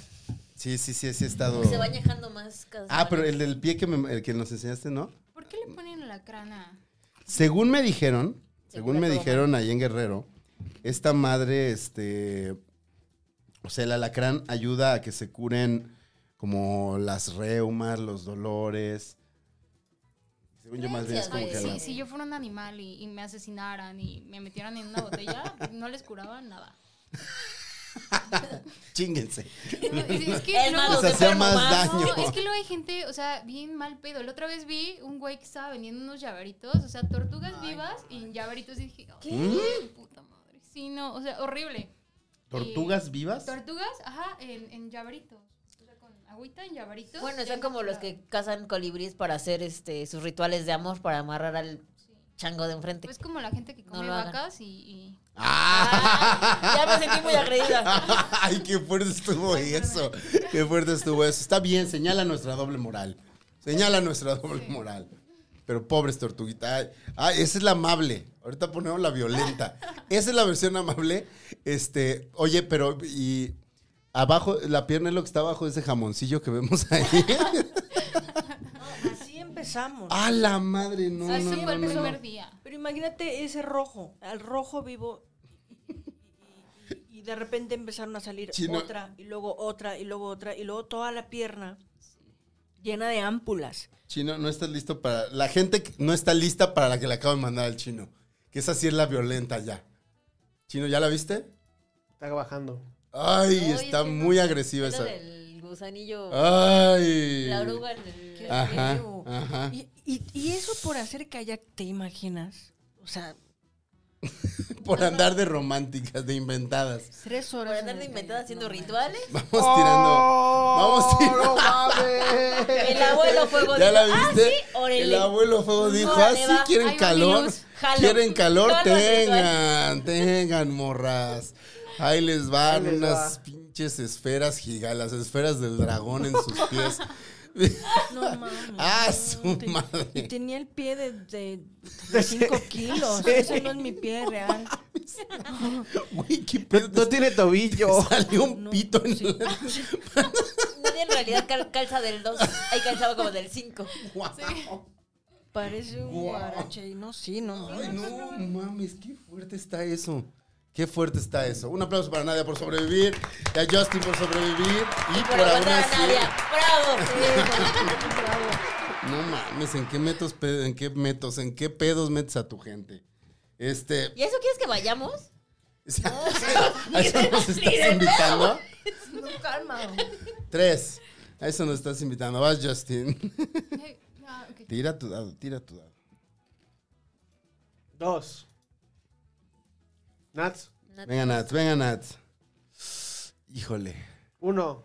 S1: Sí, sí, sí, sí he estado.
S3: Se va añejando más cada
S1: Ah,
S3: semana.
S1: pero el del pie que, me- el que nos enseñaste, ¿no?
S7: ¿Por qué le ponen la crana?
S1: Según me dijeron,
S3: Se
S1: según
S3: cura
S1: me
S3: todo
S1: dijeron ahí en Guerrero, esta madre, este, o sea, el alacrán ayuda a que se curen como las reumas, los dolores. Según yo más bien es como
S7: Ay,
S1: que...
S7: Eh, sí,
S1: la-
S7: si yo fuera un animal y, y me asesinaran y me metieran en una botella, no les curaba nada.
S1: Chínguense.
S7: Sí, es que
S3: El
S7: luego-
S3: malo
S1: Les hacía
S3: enfermo,
S1: más
S3: más,
S7: No,
S1: daño.
S7: es que luego hay gente, o sea, bien mal pedo. La otra vez vi un güey que estaba vendiendo unos llaveritos, o sea, tortugas vivas y en llaveritos. Y dije, "Ay, ¿qué? Puta madre. Sí, no, o sea, horrible.
S1: ¿Tortugas vivas?
S7: Tortugas, ajá, en, en llaveritos. O sea, con agüita en llaveritos.
S3: Bueno,
S7: Ya
S3: están como los
S7: encontraba.
S3: que cazan colibríes para hacer este sus rituales de amor para amarrar al chango de enfrente.
S7: Pues como la gente que
S3: No
S7: come
S3: lo hagan.
S7: vacas y, y-
S1: ¡Ah!
S3: ya me sentí muy agredida.
S1: Ay, qué fuerte estuvo eso. Qué fuerte estuvo eso. Está bien, señala nuestra doble moral. Señala nuestra doble moral. Pero pobres tortuguita. Ay, ay, esa es la amable. Ahorita ponemos la violenta. Esa es la versión amable. Este, oye, pero y abajo, la pierna es lo que está abajo de ese jamoncillo que vemos ahí.
S6: Así empezamos.
S1: A Ah, la madre, no,
S7: Así
S1: no,
S7: Ah, fue
S1: no,
S7: el
S1: no,
S7: primer
S1: no.
S7: día.
S6: Pero imagínate ese rojo, al rojo vivo. y- y- Y y de repente empezaron a salir
S1: Chino.
S6: otra, y luego otra, y luego otra, y luego toda la pierna llena de ámpulas.
S1: Chino, no estás listo para. La gente que- no está lista para la que le acabo de mandar al chino. Que esa sí es la violenta ya. Chino, ¿ya la viste?
S5: Está bajando.
S1: Ay,
S3: Ay,
S1: está
S3: sí, no.
S1: muy agresiva
S3: Era
S1: esa.
S3: del gusanillo,
S1: Ay.
S3: la oruga en el...
S1: Ajá,
S6: feo.
S1: ajá.
S6: Y, y- y eso por hacer kayak, ¿te imaginas? O sea,
S1: Por andar de románticas, de inventadas.
S6: tres
S3: Por
S6: horas.
S3: andar
S6: en
S3: de
S6: el
S3: inventada
S6: kayak,
S3: haciendo
S6: no manches.
S3: rituales.
S1: Vamos tirando. Vamos
S3: El abuelo fuego
S1: tirando. ¿Ya la
S3: dijo, "Ah,
S1: viste?
S3: sí, órale".
S1: El abuelo fuego dijo,
S3: Órale,
S1: ah, sí,
S3: va.
S1: quieren
S7: Ahí va mi
S1: calor.
S7: luz.
S3: Jalo.
S1: Quieren calor,
S3: Todas las
S1: tengan, tengan, morras. Ahí les van
S5: Ahí les
S1: unas
S5: va.
S1: pinches esferas gigantes, las esferas del dragón en sus pies.
S6: No mames.
S1: ah, su
S6: Te- Y
S1: madre.
S6: tenía el pie de, de, 5 kilos. Eso no es mi pie real.
S1: Güey, qué
S5: No,
S1: pedo.
S5: no tiene tobillo.
S1: Salió un
S6: No,
S1: pito en
S6: sí.
S1: la-
S3: Nadie en realidad cal- calza del 2, ahí calzaba como del 5.
S1: Guau.
S6: Parece un guarache. Y no, sí, no.
S1: Ay, no mames, qué fuerte está eso. Qué fuerte está eso. Un aplauso para Nadia por sobrevivir, y a Justin por sobrevivir y por,
S3: Por
S1: aún
S3: aguantar a
S1: así-
S3: Nadia. ¡Bravo!
S1: No mames, ¿en qué metos, pe- en qué metos, en qué pedos metes a tu gente? Este,
S3: ¿Y eso quieres que vayamos?
S1: ¿a eso nos
S3: Ni de
S1: estás
S3: pedo.
S1: invitando?
S6: No, calma.
S1: Tres. A eso nos estás invitando. Vas, Justin.
S7: Ah, ok.
S1: Tira tu dado, tira tu dado.
S5: Dos. Nats.
S1: Venga, Nats, venga, Nats. Híjole.
S5: Uno.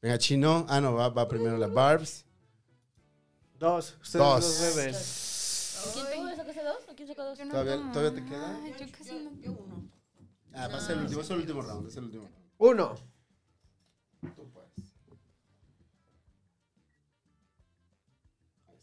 S1: Venga, Chino. Ah, no, va, va primero la Barbs.
S5: Dos. Ustedes
S1: Dos.
S5: dos bebés.
S3: ¿Quién tuvo? ¿Sacaste dos? ¿O quién sacó dos?
S7: Yo no
S1: ¿Todavía,
S7: tomo.
S1: todavía te queda?
S7: Ay, yo casi no.
S1: Ah, va a ser el último, es el último round, es el último round.
S5: Uno.
S1: Tú puedes. Ahí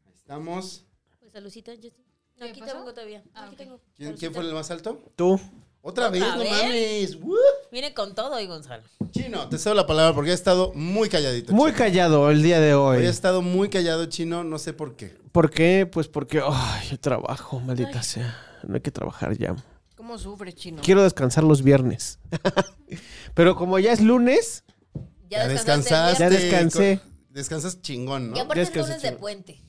S1: está. Ahí estamos.
S3: Pues salucita, Justin. No,
S7: ¿Qué
S3: aquí
S7: pasó?
S3: tengo todavía.
S7: Ah,
S3: Aquí
S7: ok.
S3: tengo.
S1: ¿Quién,
S3: Salucita.
S1: quién fue el más alto?
S5: Tú.
S1: Otra vez, no
S3: vez?
S1: mames. ¡Woo!
S3: Viene con todo hoy, Gonzalo.
S1: Chino, te cedo la palabra porque he estado muy calladito.
S5: Muy
S1: Chino.
S5: callado el día de
S1: Hoy he
S5: hoy.
S1: estado muy callado, Chino, no sé por qué.
S5: ¿Por qué? Pues porque, ay, yo trabajo, maldita sea. No hay que trabajar ya.
S6: ¿Cómo sufre, chino?
S5: Quiero descansar los viernes. Pero como ya es lunes,
S3: Ya,
S5: Ya
S3: descansaste.
S5: descansaste. descansé.
S1: con- Descansas chingón,
S3: Y
S1: ¿no?
S3: aparte es
S5: Descansé,
S3: lunes de
S5: chico.
S3: puente.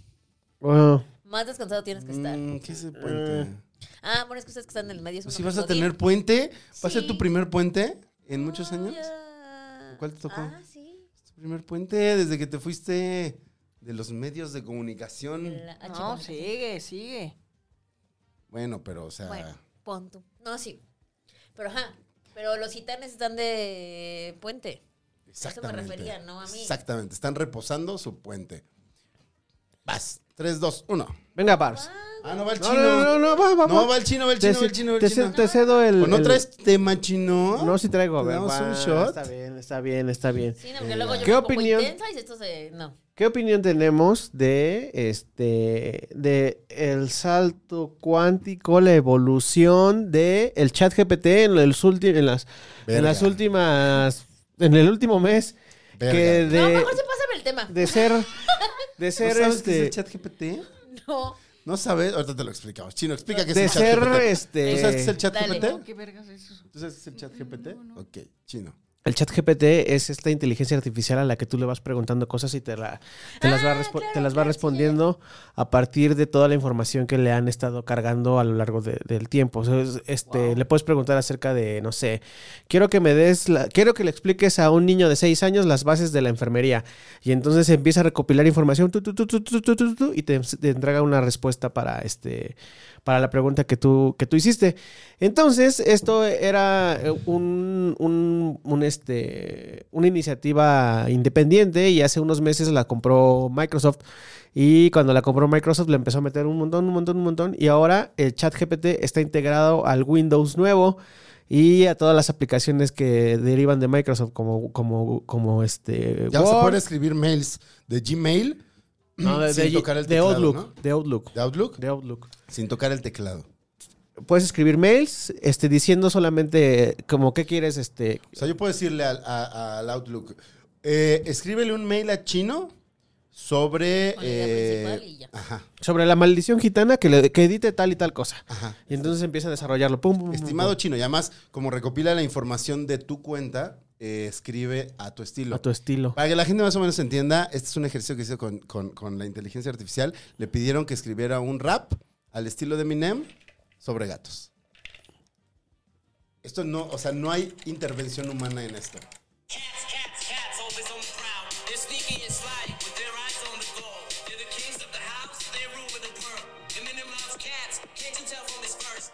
S5: ah,
S3: Más descansado tienes que estar.
S1: Mm, ¿Qué es el
S5: Eh.
S1: puente?
S3: Ah, bueno, es que ustedes que están en el medio. es
S1: Pues
S3: uno
S1: si vas a
S3: mismo
S1: tener
S3: día.
S1: puente, ¿va a ser tu
S7: Sí.
S1: primer puente en muchos años?
S3: Ah, Ya.
S1: ¿Cuál te tocó?
S3: Ah, sí.
S1: Tu primer puente desde que te fuiste de los medios de comunicación.
S3: La- ah,
S6: No,
S3: chingón.
S6: sigue, sigue.
S1: Bueno, pero o sea,
S3: Bueno, pon tú. No, sí. Pero ajá. Pero los gitanes están de puente.
S1: exactamente.
S3: refería, no a mí.
S1: Exactamente, están reposando su puente. Vas, 3 2 1.
S5: venga, Barbs.
S1: Ah, no va el
S5: No,
S1: chino.
S5: no, no, no, va, va,
S1: No,
S5: va.
S1: va el chino, va el
S5: Te
S1: chino, va el
S5: ce-
S1: chino, va el
S5: te
S1: chino.
S5: ce- Te cedo el.
S1: ¿O no
S5: el-
S1: traes tema chino?
S5: No, sí traigo. A
S1: ¿Te
S5: ver,
S1: damos
S5: va,
S1: un shot?
S5: Está bien, está bien, está bien.
S3: Sí, no, porque luego yo
S5: ¿Qué
S3: me pongo
S5: opinión?
S3: intensa y esto se... No.
S5: ¿Qué opinión tenemos de este de el salto cuántico, la evolución de el chat GPT en, los ulti- en, las,
S1: Verga.
S5: en las últimas en el último mes
S1: Verga.
S5: que
S3: no,
S5: de,
S3: mejor sí pásame el tema.
S5: de ser de
S1: ¿No
S5: ser
S1: sabes qué es
S5: este
S1: el chat GPT?
S3: No.
S1: No sabes, ahorita te lo explicamos. Chino, explica qué es
S5: de
S1: el chat
S5: ser
S1: GPT. ¿Tú sabes qué es
S5: este
S1: el chat
S3: Dale.
S1: GPT?
S6: ¿Qué vergas es eso?
S1: ¿Tú sabes qué es el chat GPT? Ok, chino.
S5: el chat GPT es esta inteligencia artificial a la que tú le vas preguntando cosas y te la- te las va
S3: Ah,
S5: respo- te
S3: claro,
S5: las va
S3: claro, sí,
S5: respondiendo a partir de toda la información que le han estado cargando a lo largo de- del tiempo. O sea, es- este, le puedes preguntar acerca de, no sé, quiero que me des, la- quiero que le expliques a un niño de 6 años las bases de la enfermería. Y entonces empieza a recopilar información tu, tu, tu, tu, tu, tu, tu, tu, y te, te entrega una respuesta para este para la pregunta que tú, que tú hiciste. Entonces, esto era eh, un, un- un, este, una iniciativa independiente y hace unos meses la compró Microsoft. Y cuando la compró Microsoft le empezó a meter un montón, un montón, un montón. Y ahora el chat GPT está integrado al Windows nuevo y a todas las aplicaciones que derivan de Microsoft, como, como, como este
S1: Ya vas a
S5: Word,
S1: poder escribir mails de Gmail
S5: no, de,
S1: sin
S5: de-
S1: tocar el
S5: de
S1: teclado,
S5: Outlook,
S1: ¿no?
S5: de Outlook,
S1: de Outlook
S5: de Outlook.
S1: sin tocar el teclado.
S5: Puedes escribir mails, este, diciendo solamente como qué quieres, este,
S1: O sea, yo puedo decirle al, a- al Outlook, eh, escríbele un mail a Chino sobre...
S3: Con la idea
S1: eh,
S3: principal y ya.
S1: Ajá,
S5: sobre la maldición gitana que, le, que edite tal y tal cosa.
S1: ajá.
S5: Y entonces empieza a desarrollarlo. Pum, pum, pum,
S1: Estimado
S5: pum,
S1: Chino, y además, como recopila la información de tu cuenta, eh, escribe a tu estilo.
S5: a tu estilo.
S1: Para que la gente más o menos entienda, este es un ejercicio que hice con, con- con la inteligencia artificial. Le pidieron que escribiera un rap al estilo de Eminem sobre gatos. Esto no, o sea, no hay intervención humana en esto.
S8: Cats, cats, cats, always on the prowl. They're sneaky and sly with their eyes on the goal. They're the kings of the house, they rule with the world. And then them loves cats, can't you tell from his first?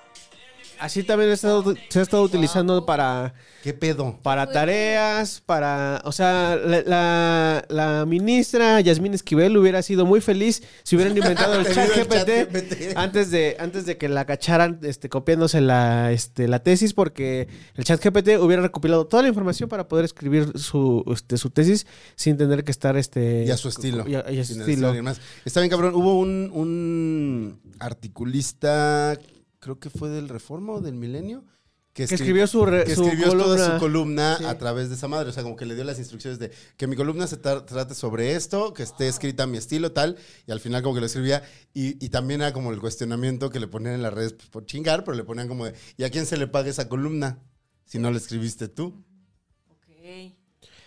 S5: Así también ha estado- se ha estado utilizando para
S1: ¿Qué pedo?
S5: Para tareas, para. O sea, la, la- la ministra Yasmín Esquivel hubiera sido muy feliz si hubieran inventado el
S1: Tenido
S5: chat
S1: el
S5: GPT
S1: ChatGPT.
S5: antes de, antes de que la cacharan este, copiándose la, este, la tesis, porque el chat GPT hubiera recopilado toda la información para poder escribir su, este, su tesis sin tener que estar. Este,
S1: Y a su estilo.
S5: Y a, y a su
S1: Sin
S5: estilo.
S1: necesidad de más. Está bien, cabrón. Hubo un, un articulista, creo que fue del Reforma o del Milenio,
S5: Que escribió su re-
S1: que
S5: su
S1: escribió toda
S5: columna.
S1: su columna a
S5: Sí.
S1: través de esa madre. O sea, como que le dio las instrucciones de que mi columna se tra- trate sobre esto, que esté escrita a mi estilo, tal. Y al final, como que lo escribía. Y, y también era como el cuestionamiento que le ponían en las redes pues, por chingar, pero le ponían como de: ¿y a quién se le paga esa columna si no la escribiste tú?
S6: Ok.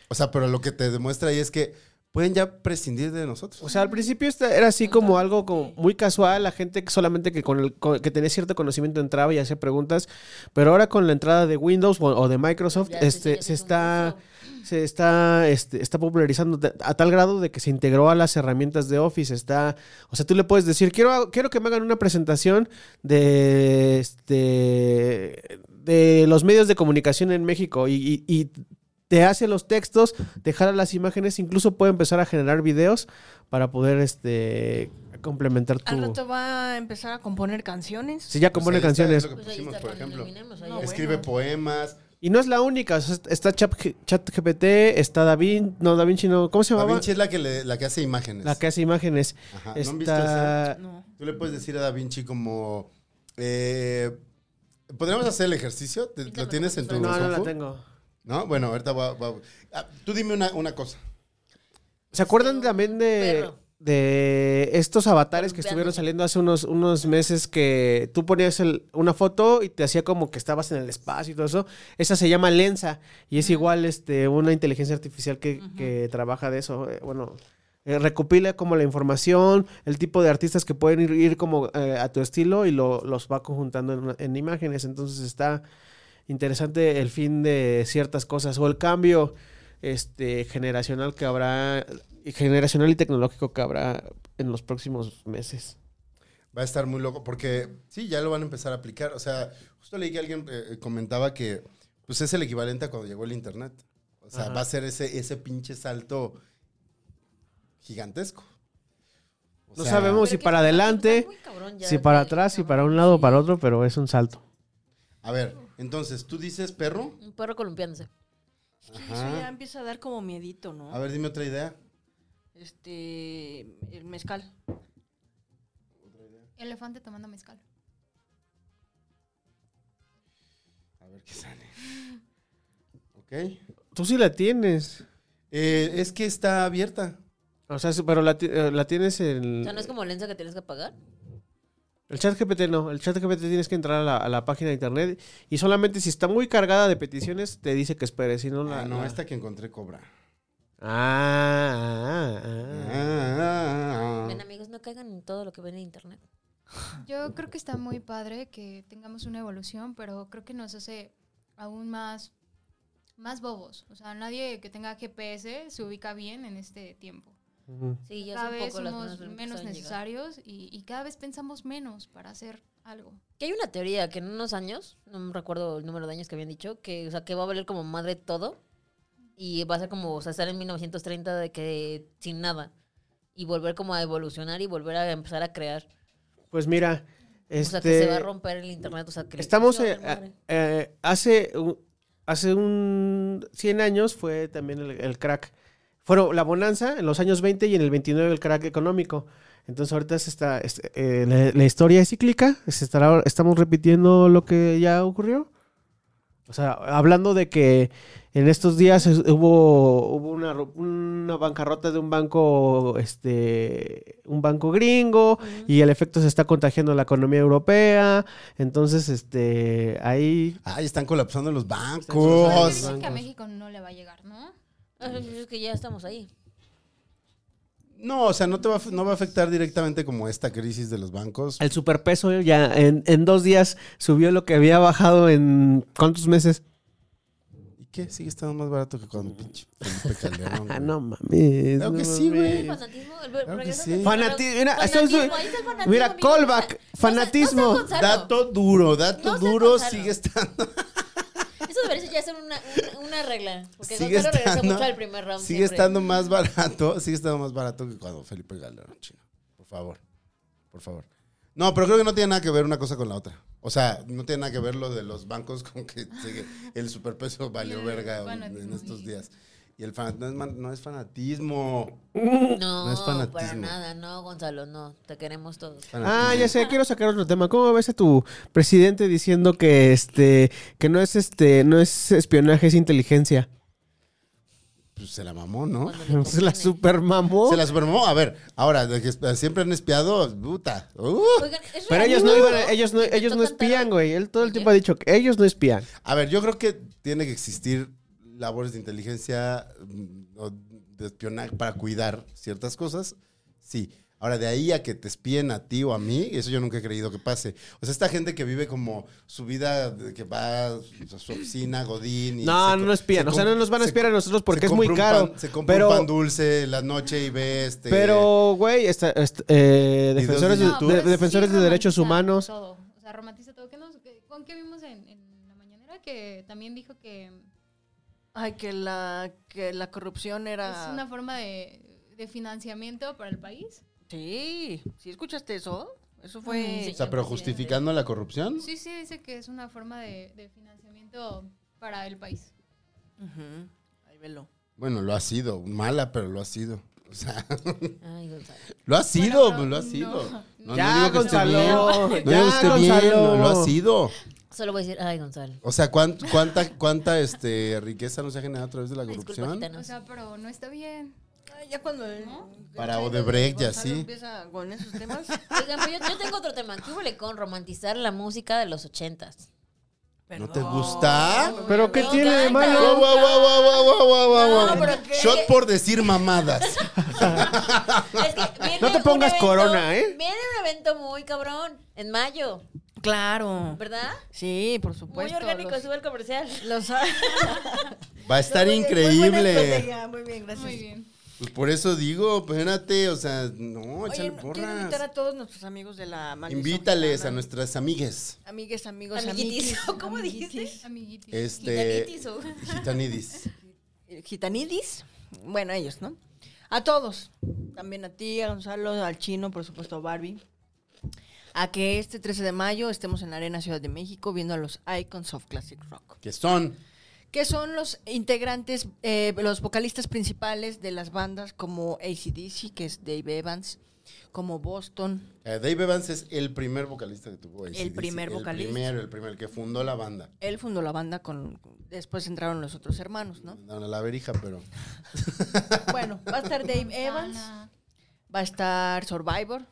S1: O sea, pero lo que te demuestra ahí es que pueden ya prescindir de nosotros.
S5: O sea, al principio esta- era así como algo como muy casual, la gente que solamente que con el co- que tenía cierto conocimiento entraba y hacía preguntas, pero ahora con la entrada de Windows o, o de Microsoft,
S3: Ya, sí, sí,
S5: este
S3: ya
S5: se
S3: es un
S5: está
S3: uso.
S5: se está este, está popularizando de- a tal grado de que se integró a las herramientas de Office, está, o sea, tú le puedes decir, "Quiero quiero que me hagan una presentación de este de los medios de comunicación en México y, y- y te hace los textos, te jala las imágenes, incluso puede empezar a generar videos para poder este complementar tu.
S6: Al rato va a empezar a componer canciones.
S5: Sí, ya
S1: Pues
S5: compone
S1: ahí está,
S5: canciones.
S1: es lo que
S3: Pues ahí
S1: pusimos,
S3: está,
S1: por
S3: cuando Ah,
S1: ejemplo.
S3: iluminemos, ahí
S6: No,
S3: está.
S1: Escribe poemas.
S5: Y no es la única, o sea, está Chat, GPT, está Da Vinci, no, Da Vinci no, ¿cómo se
S1: Da
S5: llamaba?
S1: Vinci es la que, le- la que hace imágenes.
S5: La que hace imágenes.
S1: Ajá, ¿no han visto
S5: está...
S6: No.
S1: Tú le puedes decir a Da Vinci como. eh, ¿Podríamos hacer el ejercicio? ¿Te- ¿Lo
S3: Píntame
S1: tienes
S3: con
S1: en tu
S5: No,
S3: tu
S5: no la
S1: compu?
S5: tengo.
S1: ¿No? Bueno, ahorita va. va- Ah, tú dime una, una cosa.
S5: ¿Se acuerdan
S3: Este, un
S5: también de,
S3: perro.
S5: de estos avatares que estuvieron
S3: Golpeándose.
S5: saliendo hace unos, unos meses que tú ponías el- una foto y te hacía como que estabas en el espacio y todo eso? Esa se llama Lensa y es igual este, una inteligencia artificial que, que trabaja de eso. eh, Bueno, eh, recopila como la información, el tipo de artistas que pueden ir, ir como eh, a tu estilo y lo- los va conjuntando en, una- en imágenes. Entonces está interesante el fin de ciertas cosas o el cambio este generacional que habrá y generacional y tecnológico que habrá en los próximos meses.
S1: Va a estar muy loco porque sí, ya lo van a empezar a aplicar. O sea, justo leí que alguien eh, comentaba que pues es el equivalente a cuando llegó el Internet. O sea,
S5: Ajá.
S1: va a ser ese, ese pinche salto gigantesco. O
S5: No
S1: sea,
S5: sabemos pues, si
S3: Pero que
S5: para
S3: está
S5: adelante,
S3: muy cabrón ya,
S5: si para
S3: güey,
S5: atrás, si
S3: cabrón.
S5: para un lado o para otro, pero es un salto.
S1: A ver, entonces, tú dices perro.
S3: Un perro columpiándose.
S6: Eso ya
S1: Ajá.
S6: empieza a dar como miedito, ¿no?
S1: A ver, dime otra idea.
S6: Este, el mezcal.
S7: Elefante tomando mezcal.
S1: A ver qué sale. Ok.
S5: Tú sí la tienes.
S1: Eh, es que está abierta.
S5: O sea, sí, pero la, ti- eh, la tienes en...
S3: O sea, no es como lensa que tienes que pagar.
S5: El chat GPT no, el chat GPT tienes que entrar a la, a la página de internet y solamente si está muy cargada de peticiones te dice que espere, si no la...
S1: Ah, no,
S5: la-
S1: esta que encontré cobra.
S5: Ah, ah, ah.
S1: Ah, ah,
S3: Ven,
S1: ah.
S3: amigos, no caigan en todo lo que ven en internet.
S7: Yo creo que está muy padre que tengamos una evolución, pero creo que nos hace aún más, más bobos. O sea, nadie que tenga GPS se ubica bien en este tiempo.
S5: Ujú.
S3: Sí, ya
S7: Cada
S3: son
S7: vez
S3: poco las
S7: somos
S3: personas que
S7: menos
S3: empezaron a llegar.
S7: necesarios y, y cada vez pensamos menos para hacer algo.
S3: Que hay una teoría que en unos años, no me recuerdo el número de años que habían dicho, que, o sea, que va a valer como madre todo y va a ser como, o sea, estar en 1930 de que sin nada y volver como a evolucionar y volver a empezar a crear.
S5: Pues mira, este...
S3: o sea, que se va a romper el internet, o sea, que
S5: Estamos
S3: Sí,
S5: eh,
S3: vale, madre.
S5: eh, hace un- hace un 100 años fue también el, el crack. Fueron la bonanza en los años 20 y en el 29 el crack económico. Entonces ahorita se está es- eh, la, la historia es cíclica, se estará- estamos repitiendo lo que ya ocurrió. O sea, hablando de que en estos días es- hubo, hubo una, ru- una bancarrota de un banco, este, un banco gringo, y el efecto se está contagiando en la economía europea. Entonces, este, ahí
S1: Ay, están colapsando los
S7: Pero
S1: bancos.
S7: dicen que a
S5: bancos.
S7: México no le va a llegar, ¿no?
S3: Ay, pues es que ya estamos ahí.
S1: No, o sea, no te va, a af- no va a afectar directamente como esta crisis de los bancos.
S5: el superpeso ya en, en dos días subió lo que había bajado en cuántos meses.
S1: ¿Y qué? Sigue estando más barato que cuando pinche Felipe Calderón.
S5: Ah,
S1: güey.
S5: no mames.
S1: Claro
S5: no
S1: que sí, güey.
S3: El fanatismo, el- regresando
S1: sí.
S3: al-
S5: Fanati- mira, estoy-
S3: fanatismo, ahí está el fanatismo,
S5: Mira,
S3: amigo.
S5: callback,
S3: No sea- no sea-
S5: fanatismo.
S3: no sea Gonzalo.
S1: Dato duro, dato
S3: No seas
S1: duro
S3: Gonzalo.
S1: sigue estando.
S3: Eso debería ser ya ser una, una, una regla. Porque
S1: sigue
S3: Gonzalo regresa
S1: estando,
S3: mucho al primer round.
S1: sigue
S3: siempre.
S1: estando más barato, sigue estando más barato que cuando Felipe Calderón, chino. Por favor. Por favor. No, pero creo que no tiene nada que ver una cosa con la otra. O sea, no tiene nada que ver lo de los bancos con que sigue- el superpeso valió
S7: Y el
S1: verga en-
S7: fanatismo
S1: en estos
S7: y-
S1: días. Y Y el fanatismo no es fanatismo.
S3: No,
S1: No es fanatismo.
S3: para nada, no, Gonzalo, no. Te queremos todos.
S5: Ah, ya sé, quiero sacar otro tema. ¿Cómo ves a tu presidente diciendo que este que no es este no es espionaje, es inteligencia?
S1: Pues se la mamó, ¿no?
S3: Cuando le
S5: Se la
S3: conviene.
S5: super mamó.
S1: Se la supermamó. A ver, ahora, de que siempre han espiado, puta. Uh.
S3: Oigan, es
S5: Pero
S3: real,
S5: ellos no iban, a- ellos no,
S3: Me
S5: ellos no
S3: tocan tarde.
S5: espían, güey. Él todo el tiempo ha dicho que ellos no espían.
S1: A ver, yo creo que tiene que existir labores de inteligencia mm, o de espionaje para cuidar ciertas cosas. Sí. Ahora, de ahí a que te espíen a ti o a mí, eso yo nunca he creído que pase. O sea, esta gente que vive como su vida, de que va a su oficina, Godín. Y
S5: No,
S1: se
S5: no
S1: co-
S5: nos espían.
S1: se
S5: O sea, no nos van a
S1: se-
S5: espiar a nosotros porque
S1: se
S5: es muy
S1: compra un
S5: caro.
S1: pan- se compra
S5: pero,
S1: un pan dulce la noche y ve este.
S5: pero, güey, esta- esta- eh, defensores, de,
S1: de YouTube.
S5: de-
S7: pero sí
S5: defensores de derechos
S7: romantiza
S5: humanos.
S7: Todo. O sea, romantiza todo. ¿Qué nos, qué- ¿Con qué vimos en, en la mañanera? Que también dijo que
S6: Ay, que la, que la corrupción
S3: Ah.
S6: era...
S7: es una forma de, de financiamiento para el país.
S6: Sí, ¿sí escuchaste eso? Eso fue...
S7: Ay,
S1: O sea, pero justificando la corrupción.
S7: Sí, sí, dice que es una forma de, de financiamiento para el país.
S6: Ujú, Ahí velo.
S1: Bueno, lo ha sido. Mala, pero lo ha sido. O sea,
S3: Ay, Gonzalo.
S1: lo ha sido,
S7: pero
S1: pues lo ha
S7: no.
S1: sido. No,
S5: Ya,
S1: no digo que esté bien.
S5: Gonzalo.
S1: No
S5: Ya,
S1: digo que esté bien,
S5: Gonzalo.
S1: no, lo ha sido.
S3: Solo voy a decir, ay, Gonzalo.
S1: O sea, ¿cuán- ¿cuánta, cuánta este, riqueza no se ha generado a través de la
S3: Disculpa,
S1: corrupción?
S7: O
S3: gitanos.
S7: sea, pero no está bien.
S6: Ay, Ah, ya cuando... el-
S1: Para
S6: el-
S1: Odebrecht y
S6: Gonzalo
S1: así.
S6: empieza con esos temas.
S3: Oigan, pero yo, yo tengo otro tema. ¿Qué huele con romantizar la música de los ochentas?
S1: ¿No te gusta?
S5: ¿Pero qué
S3: No,
S5: tiene de
S3: canta.
S5: malo?
S1: Guau, guau, guau, guau, guau, guau, guau, guau,
S3: No,
S1: guau.
S3: pero ¿qué?
S1: Shot por decir mamadas.
S3: Es que viene
S5: No te
S3: un
S5: pongas
S3: evento-
S5: corona, ¿eh?
S3: Viene un evento muy cabrón en mayo,
S6: Claro.
S3: ¿verdad?
S6: Sí, por
S3: Muy
S6: supuesto.
S3: orgánico,
S6: los-
S3: sube el comercial.
S6: los-
S1: Va a estar
S6: Muy bien, muy buena
S1: increíble.
S6: estrategia, Muy bien, gracias.
S7: Muy bien.
S1: Pues por eso digo, espérate, o sea, no,
S6: Oye,
S1: échale
S6: quiero invitar
S1: porras.
S6: a todos nuestros amigos de la maldición
S1: Invítales
S6: gitana.
S1: a nuestras amigues.
S6: Amigues, amigos,
S3: Amiguitis.
S6: amiguis,
S3: ¿Cómo dijiste?
S6: amiguitis.
S7: Amiguitis.
S1: Este.
S3: Gitanitis o-
S1: Gitanidis.
S6: Eh, Gitanidis. Bueno, ellos, ¿no? A todos. También a ti, a Gonzalo, al chino, por supuesto, a Barbie. A que este 13 de mayo estemos en la Arena Ciudad de México viendo a los Icons of Classic Rock.
S1: Que son.
S6: que son los integrantes, eh, los vocalistas principales de las bandas como ACDC, que es Dave Evans, como Boston.
S1: eh, Dave Evans es el primer vocalista que tuvo AC/DC,
S6: El primer vocalista.
S1: El primero, el primero, el que fundó la banda.
S6: Él fundó la banda con... Después entraron los otros hermanos, ¿no?
S1: No, no, la verija, pero.
S6: Bueno, va a estar Dave Evans,
S7: Ana.
S6: va a estar Survivor,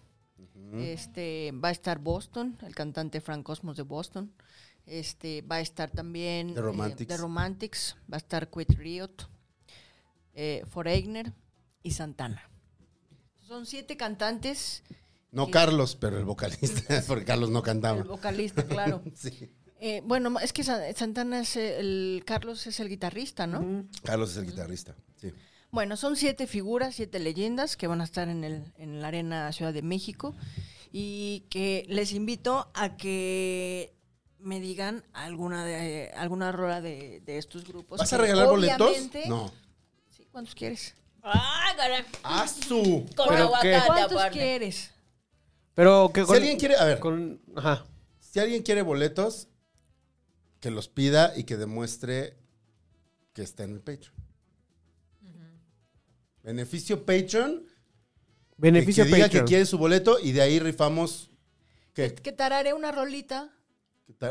S6: este, va a estar Boston, el cantante Frank Cosmos de Boston, este, va a estar también
S1: The Romantics.
S6: The Romantics, va a estar Quit Riot, eh, Foreigner y Santana. Son siete cantantes
S1: No Carlos, pero el vocalista, porque Carlos no
S6: El
S1: cantaba.
S6: vocalista, claro.
S1: Sí.
S6: Eh, bueno, es que Sa- Santana es eh, el Carlos es el guitarrista, ¿no?
S1: Carlos es el guitarrista. Sí.
S6: Bueno, son siete figuras, siete leyendas que van a estar en el en la arena Ciudad de México y que les invito a que me digan alguna de alguna rola de, de estos grupos.
S1: ¿Vas a
S6: que
S1: regalar boletos?
S6: obviamente-
S1: No.
S6: Sí, ¿cuántos quieres?
S3: Ah, caray.
S1: ¡Asu!
S3: Con
S5: ¿Pero
S3: aguacate
S5: qué?
S6: ¿Cuántos
S3: aparte.
S6: quieres?
S5: Pero que
S1: Si alguien quiere, a ver,
S5: con- ajá.
S1: si alguien quiere boletos, que los pida y que demuestre que está en el Patreon. Beneficio Patreon.
S5: Beneficio
S1: que, que diga
S5: Patreon.
S1: que quiere su boleto y de ahí rifamos. Que,
S6: Que tararé una rolita.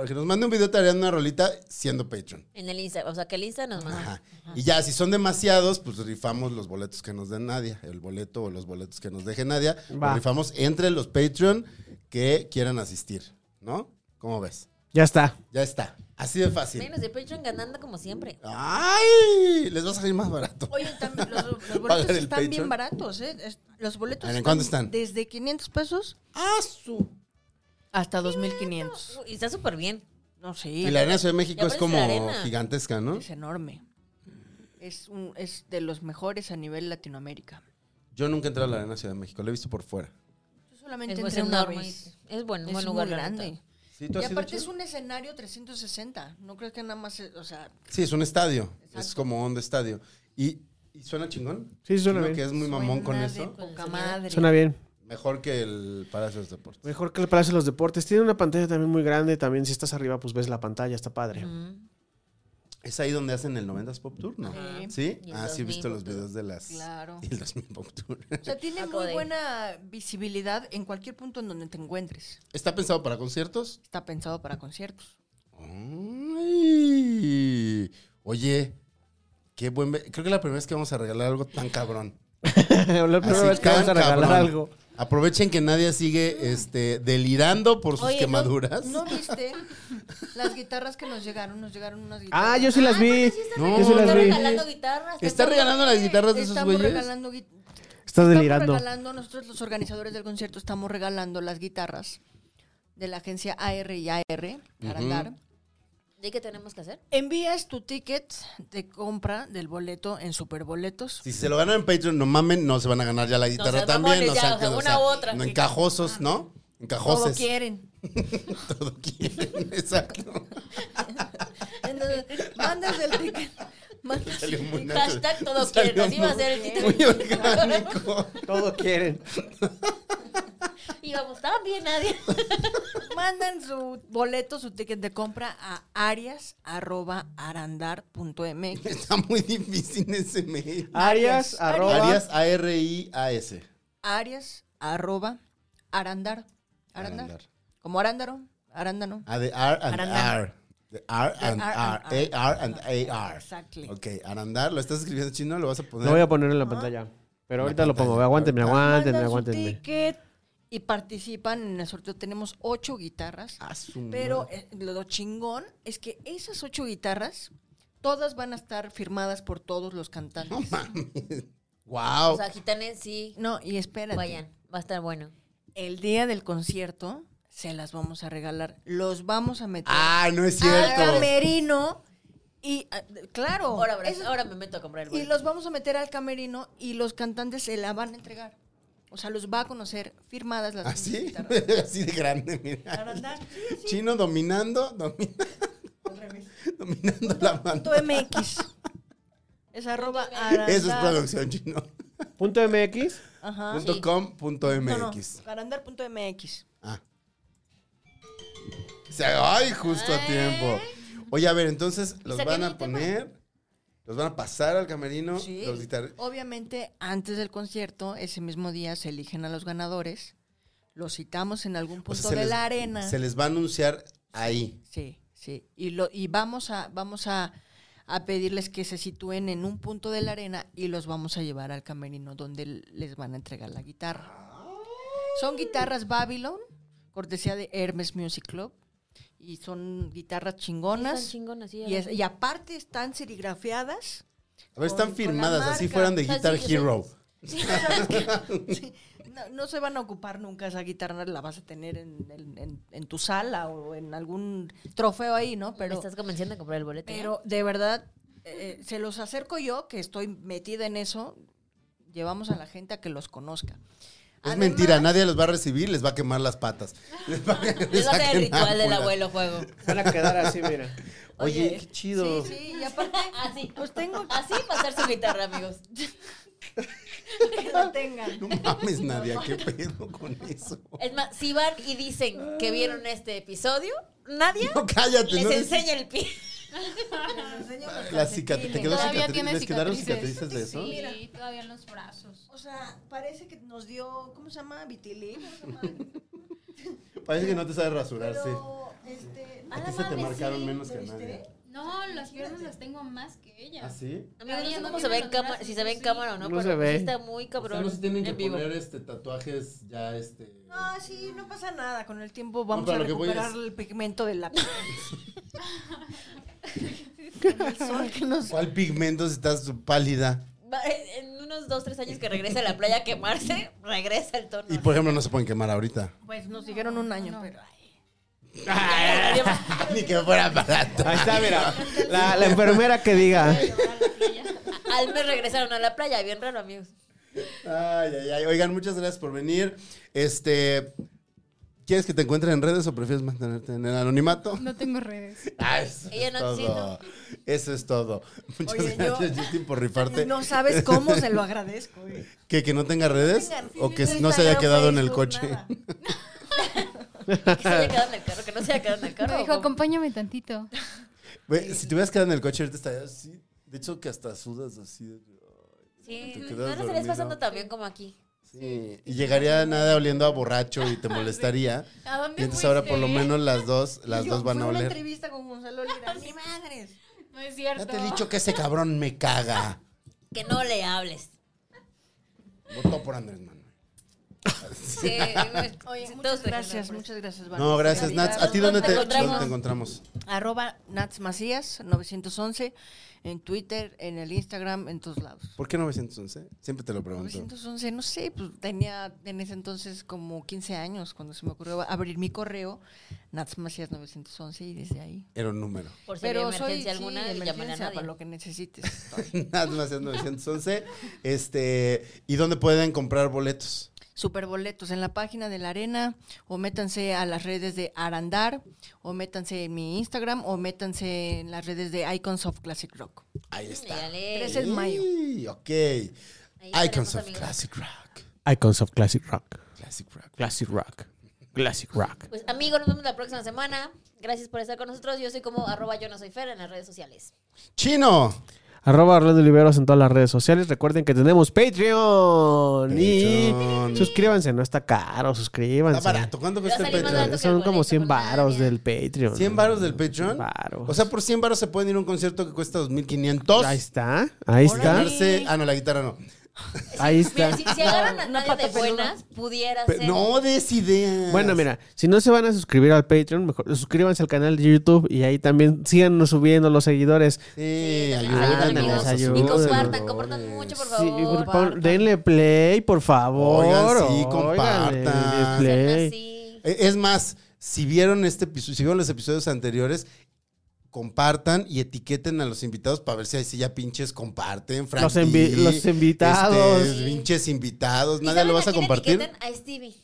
S1: que nos mande un video tareando una rolita siendo Patreon.
S3: En el Insta, o sea, que el Insta nos manda.
S1: Ajá. Y ya, si son demasiados, pues rifamos los boletos que nos den Nadia. El boleto o los boletos que nos deje Nadia.
S5: Va.
S1: Los rifamos entre los Patreon que quieran asistir, ¿no? ¿Cómo ves?
S5: Ya está.
S1: Ya está. Así de fácil.
S3: Menos de Patreon ganando como siempre.
S1: ¡Ay! Les va a salir más barato.
S6: Oye, también los, los boletos
S1: Pagar el
S6: están bien
S1: Patreon.
S6: baratos, ¿eh? Es- Los boletos
S1: A ver, ¿en cuánto están?
S6: Desde 500 pesos
S1: ¡Ah, su!
S6: hasta 2500.
S3: Y está súper bien.
S6: No sé,
S1: Y la Arena Ciudad de México
S3: Ya
S1: es
S3: parece
S1: como
S3: la arena.
S1: gigantesca, ¿no?
S6: es enorme. Es, un, es de los mejores a nivel Latinoamérica.
S1: Yo nunca he entrado a la Arena Ciudad de México, lo he visto por fuera.
S6: Yo solamente
S3: Es,
S6: entré una
S3: enorme.
S6: vez.
S3: Es buen,
S6: Es
S3: buen lugar.
S6: muy
S3: la neta.
S6: grande.
S1: ¿Sí, tú
S6: Y
S1: has ido,
S6: aparte
S1: Chuy?
S6: es un escenario 360. No creo que nada más, es- o sea,
S1: Sí, es un estadio. Es como onda estadio. ¿Y, y suena chingón?
S5: Sí, suena bien.
S1: Creo que es muy mamón con
S6: suena
S1: eso.
S6: pues, de poca madre.
S5: Suena bien.
S1: Mejor que el Palacio de los Deportes.
S5: Mejor que el Palacio de los Deportes. Tiene una pantalla también muy grande. También si estás arriba, pues ves la pantalla. Está padre.
S1: Es ahí donde hacen el 90s Pop Tour, ¿no?
S3: Ajá.
S1: ¿Sí?
S3: Y el
S1: Ah, sí, he
S3: 2000
S1: visto los
S3: Pop Tour.
S1: videos de las...
S6: Claro.
S1: Y el 2000 Pop Tour.
S6: O sea, tiene
S3: Acabo
S6: muy
S3: de-
S6: buena visibilidad en cualquier punto en donde te encuentres.
S1: ¿Está pensado para conciertos?
S6: Está pensado para conciertos.
S1: Ay. Oye, qué buen... ve- Creo que la primera vez que vamos a regalar algo tan cabrón.
S5: La primera
S1: Así,
S5: vez que vamos a
S1: tan
S5: regalar
S1: cabrón.
S5: algo.
S1: Aprovechen que nadie sigue este, delirando por sus
S3: Oye, no-
S1: quemaduras.
S6: ¿No viste las guitarras que nos llegaron? Nos llegaron unas guitarras.
S5: Ah, yo sí las vi.
S1: No,
S5: Yo sí las
S3: Está
S5: vi.
S3: regalando guitarras.
S1: ¿Está regalando las guitarras de esos
S6: Estamos
S1: güeyes?
S6: regalando gui-
S5: Estás
S6: estamos
S5: delirando.
S6: regalando, nosotros los organizadores del concierto estamos regalando las guitarras de la agencia AR y AR para dar.
S3: ¿De qué tenemos que hacer?
S6: Envías tu ticket de compra del boleto en Superboletos.
S1: Si se lo ganan en Patreon, no mamen, no se van a ganar ya la guitarra
S3: sean
S1: también.
S3: mamones
S1: o
S3: ya,
S1: sea,
S3: o sea,
S1: que- o
S3: una
S1: sea,
S3: u otra.
S1: no, encajosos, ¿no?
S6: Todo
S1: Encajoses.
S6: quieren.
S1: Todo quieren, Exacto.
S6: Entonces, mandas el ticket. mandas
S1: Salió muy natural.
S3: Hashtag todos
S1: Salió
S3: quieren. Así va a
S1: muy-
S3: ser el
S1: Muy
S3: título.
S1: orgánico.
S5: Todo quieren.
S3: Y vamos, también nadie.
S6: Mandan su boleto, su ticket de compra a arias.arandar.mx.
S1: Está muy difícil ese mail.
S5: Arias, arroba.
S1: Arias A-R-I-A-S.
S6: Arias.arandar. Arandar. Como arándaro, arándano.
S1: Ah, de R and
S6: Arandar.
S1: R. De R and
S6: R and
S1: R. A-R and A-R.
S6: Exactly.
S1: Ok, Arandar, ¿lo estás escribiendo chino? ¿Lo vas a poner?
S5: Lo voy a poner en la pantalla. Pero ahorita lo pongo. Aguántenme, aguántenme,
S6: Mandan su
S5: aguántenme.
S6: ticket y participan en el sorteo. Tenemos ocho guitarras.
S1: Ah, su madre.
S6: Pero eh, lo chingón es que esas ocho guitarras, todas van a estar firmadas por todos los
S1: No
S6: cantantes.
S1: mames.
S3: O
S1: Wow.
S3: sea, gitanes sí.
S6: No, y espérate.
S3: Vayan, va a estar bueno.
S6: El día del concierto se las vamos a regalar. Los vamos a meter
S1: Ah, no es
S6: al
S1: cierto.
S6: camerino. Y ah, claro,
S3: Ahora, ahora-
S6: eso-
S3: ahora me meto a comprar el
S6: y
S3: boleto.
S6: los vamos a meter al camerino y los cantantes se la van a entregar. O sea, los va a conocer firmadas las
S1: Así,
S6: guitarras.
S1: ¿Ah, así de grande, mira.
S6: Arandar, sí, sí.
S1: Chino dominando, dominando, dominando la
S6: Punto
S1: mano.
S6: MX. Es arroba
S1: Eso es
S6: arandar.
S1: producción chino.
S5: Punto MX.
S6: Ajá.
S1: Punto com, punto
S6: Ah, No, no,
S1: MX.
S6: arandar.mx.
S1: Ah. O sea, ay, justo a tiempo. Oye, a ver, entonces los
S3: saqué
S1: van
S3: mi
S1: a
S3: tema.
S1: poner, los van a pasar al camerino,
S6: Sí. Oh,
S1: los guitar-
S6: Obviamente, antes del concierto, ese mismo día se eligen a los ganadores. Los citamos en algún
S1: o
S6: punto
S1: sea, se
S6: de
S1: les-
S6: la arena.
S1: Se les va a anunciar ahí.
S6: Sí, sí. Y, lo, y vamos, a, vamos a, a pedirles que se sitúen en un punto de la arena y los vamos a llevar al camerino donde l- les van a entregar la guitarra. Son guitarras Babylon, cortesía de Hermes Music Club. Y son guitarras chingonas.
S3: Están chingonas, sí,
S6: y, es- y aparte están serigrafiadas.
S1: A ver,
S6: Con-
S1: están
S6: con la
S1: firmadas, así
S6: marca.
S1: fueran de
S3: Así
S1: Guitar
S3: que se-
S1: Hero.
S6: Sí, no, no se van a ocupar nunca esa guitarra, la vas a tener en, en- en- en tu sala o en algún trofeo ahí, ¿no?
S3: Me
S6: Pero,
S3: estás convenciendo a comprar el boleto. ¿eh?
S6: pero de verdad, eh, se los acerco yo, que estoy metida en eso, llevamos a la gente a que los conozca.
S1: Es
S6: Además-
S1: mentira, nadie los va a recibir, les va a quemar las patas. Les va,
S3: Les va a hacer el
S1: quemar
S3: ritual del
S1: puras.
S3: abuelo fuego.
S5: Van a quedar así, mira.
S1: Oye,
S5: Oye, qué chido.
S6: Sí, sí, y aparte,
S3: Así.
S6: pues tengo
S3: Así pasar su guitarra, amigos.
S6: que lo tengan.
S1: No mames, Nadia, qué pedo con eso.
S3: Es más, si van y dicen que vieron este episodio, nadie
S1: No, cállate,
S3: les
S1: no dices-
S3: enseña el pie.
S6: Les enseño los
S1: La cicatriz, ¿te
S6: calcetines.
S1: quedó
S7: Todavía
S1: cicatriz?
S7: tiene
S1: ¿Les quedaron
S7: cicatrices.
S1: cicatrices de eso?
S7: Sí, todavía en los brazos.
S6: O sea, parece que nos dio, ¿cómo se llama? Vitiligo.
S1: Ah, Parece que no te sabes rasurar, sí.
S6: Pero, este,
S1: A
S6: ah,
S1: ti se te
S6: mames,
S1: marcaron
S6: sí,
S1: menos que a
S6: ¿lo viste?
S1: nadie. ¿Ah,
S7: No, las piernas las tengo más que ella.
S1: ¿Así?
S3: Amigos, no
S7: Todavía
S3: sé
S7: no
S3: cómo
S7: tiene
S3: se ve en
S7: los
S3: cámara,
S7: brazos,
S3: si se ve en
S7: sí.
S3: cámara o no,
S5: No
S3: pero
S5: se ve.
S3: sí está muy cabrón.
S1: no se tienen que
S3: en vivo.
S1: poner este, tatuajes ya este.
S6: No, sí, no pasa nada. Con el tiempo vamos
S1: pero
S6: a
S1: lo que voy es-
S6: recuperar el pigmento de la piel. Con el sol que nos-
S1: ¿Cuál pigmento si estás pálida?
S3: Va- eh, En en unos dos, tres años que regrese a la playa a quemarse, regresa el tono.
S1: Y por ejemplo, no se pueden quemar ahorita.
S6: Pues nos dijeron un año,
S7: no.
S6: pero... ay.
S1: Ni que fuera barato.
S5: Ahí está, mira. La, la enfermera que diga.
S3: Al mes regresaron a la playa, bien raro, amigos.
S1: Ay, ay, ay. Oigan, muchas gracias por venir. Este. ¿Quieres que te encuentren en redes o prefieres mantenerte en el anonimato?
S7: No tengo redes.
S1: Ah, eso
S3: Ella
S1: es
S3: no-
S1: todo.
S3: sí, no.
S1: Eso es todo. Muchas
S6: Oye, yo-
S1: gracias, Justin, por rifarte.
S6: No sabes cómo se lo agradezco. eh. güey.
S1: ¿Que, que no tenga redes
S6: Tengan-
S1: o que
S6: Instagram,
S1: no se haya quedado en el
S6: Facebook,
S1: coche.
S6: nada.
S3: Que se haya quedado en el carro, que no se haya quedado en el carro.
S7: Me dijo, acompáñame tantito.
S1: Güey, si te hubieras quedado en el coche, ahorita estarías así. De hecho, que hasta sudas así. de-
S3: Sí,
S1: Te
S3: no
S1: quedas
S3: lo estarías
S1: dormido.
S3: pasando tan bien como aquí.
S1: Sí. Y llegaría nada oliendo a borracho y te molestaría.
S7: ¿A dónde
S1: Y entonces ahora
S7: fuiste?
S1: por lo menos las dos, las
S6: Yo
S1: dos van
S6: fui
S1: a
S6: una
S1: oler.
S6: entrevista con Gonzalo Lira. ¡Ni madres!
S7: No es cierto.
S1: Ya te he dicho que ese cabrón me caga.
S3: Que no le hables.
S1: Votó por Andrés Manuel.
S3: Sí,
S6: Oye,
S3: sí,
S6: muchas
S3: todos te
S6: gracias,
S3: conocen.
S6: muchas gracias, Vane.
S1: No, gracias, Nats. ¿A ti dónde te,
S3: ¿Dónde te
S1: dónde te encontramos?
S6: Arroba Nats Macías 911 en Twitter, en el Instagram, en todos lados.
S1: ¿Por qué 911? Siempre te lo pregunto.
S6: 911, no sé, pues tenía en ese entonces como 15 años cuando se me ocurrió abrir mi correo, Nats Macías 911 y desde ahí.
S1: Era un número.
S3: Por si
S6: Pero
S3: había
S6: soy
S3: emergencia alguna,
S6: sí,
S3: le llamaré a
S6: emergencia, para
S3: nadie.
S6: lo que necesites. estoy.
S1: Nats más es 911. Este, ¿Y dónde pueden comprar boletos?
S6: Superboletos en la página de la arena o métanse a las redes de Arandar o métanse en mi Instagram o métanse en las redes de Icons of Classic Rock.
S1: Ahí está.
S3: Mírale.
S6: Tres Es el mayo.
S1: Sí, Ok.
S3: Ahí
S1: Icons
S3: estaremos,
S1: of
S3: amigos.
S1: Classic Rock.
S5: Icons of Classic Rock.
S1: Classic Rock.
S5: Classic Rock. Classic Rock.
S3: Pues amigos, nos vemos la próxima semana. Gracias por estar con nosotros. Yo soy como arroba yo no soy Fer en las redes sociales.
S1: Chino.
S5: Arroba Orlando Oliveros en todas las redes sociales. Recuerden que tenemos Patreon.
S1: Patreon.
S5: Y suscríbanse, no está caro, suscríbanse.
S1: Está barato. ¿Cuánto cuesta el
S3: salimos
S1: Patreon?
S3: barato que
S5: Son
S3: el
S5: como
S3: boleto,
S5: 100
S3: por nada,
S5: varos
S3: ya.
S5: del Patreon.
S1: 100 varos del Patreon.
S5: Varos.
S1: O sea, por 100 varos se pueden ir a un concierto que cuesta 2500.
S5: Ahí está, ahí
S1: Y
S5: está,
S1: ganarse- Ah, no, la guitarra no.
S5: ahí
S3: Mira,
S5: está.
S3: si, si agarran a
S6: Una
S3: nadie
S6: pata
S3: de
S6: peluda.
S3: buenas, pudiera
S1: Pero
S3: ser.
S1: no des ideas.
S5: Bueno, mira, si no se van a suscribir al Patreon, mejor suscríbanse al canal de YouTube y ahí también síganos subiendo los seguidores.
S1: Sí,
S3: Sí,
S1: ayúdenles.
S5: amigos.
S1: a sus
S5: Y
S3: compartan,
S1: seguidores.
S3: compartan mucho, por
S5: Sí,
S3: favor.
S5: pon- denle play, por favor.
S1: Oigan, sí,
S5: Óiganle,
S1: compartan.
S5: denle
S3: Sean
S5: play.
S3: así.
S1: Eh, Es más, si vieron este episodio, si vieron los episodios anteriores, compartan y etiqueten a los invitados para ver si así ya pinches comparten. Frank
S5: Los envi-
S1: D,
S5: los invitados.
S1: este, pinches invitados.
S3: ¿Y
S1: Nadie
S3: saben
S1: lo vas a
S3: quién
S1: compartir.
S3: etiquetan? A Stevie.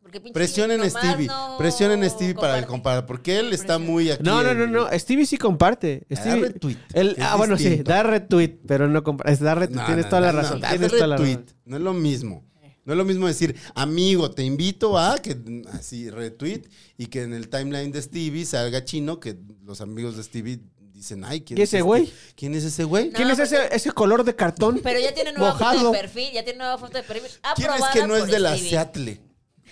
S3: Porque pinche
S1: Presionen a
S3: nomás
S1: Stevie.
S3: no
S1: Presionen a Stevie para el
S3: comparte.
S1: compartir. Porque él está muy aquí.
S5: No, no, no,
S1: en-
S5: no. Stevie sí comparte.
S1: Da
S5: Stevie,
S1: retweet,
S5: él-
S1: que es
S5: ah, bueno, sí,
S1: distinto.
S5: da retweet, pero no comparte. Da retweet,
S1: No,
S5: tienes
S1: no,
S5: toda la
S1: no,
S5: razón.
S1: no,
S5: tienes
S1: dar
S5: toda la
S1: retweet.
S5: razón.
S1: No es lo mismo. No es lo mismo decir, amigo, te invito a que así retweet y que en el timeline de Stevie salga chino, que los amigos de Stevie dicen, ay, ¿quién
S5: ¿Y ese
S1: este-
S5: güey?
S1: ¿Quién es ese güey?
S5: ¿Quién es ese, ese color de cartón?
S3: Pero ya tiene nueva foto
S5: Mojado.
S3: de perfil, ya tiene nueva foto de perfil.
S1: ¿Quién es
S3: aprobada
S1: que no es
S3: por
S1: de la
S3: Stevie.
S1: Seattle?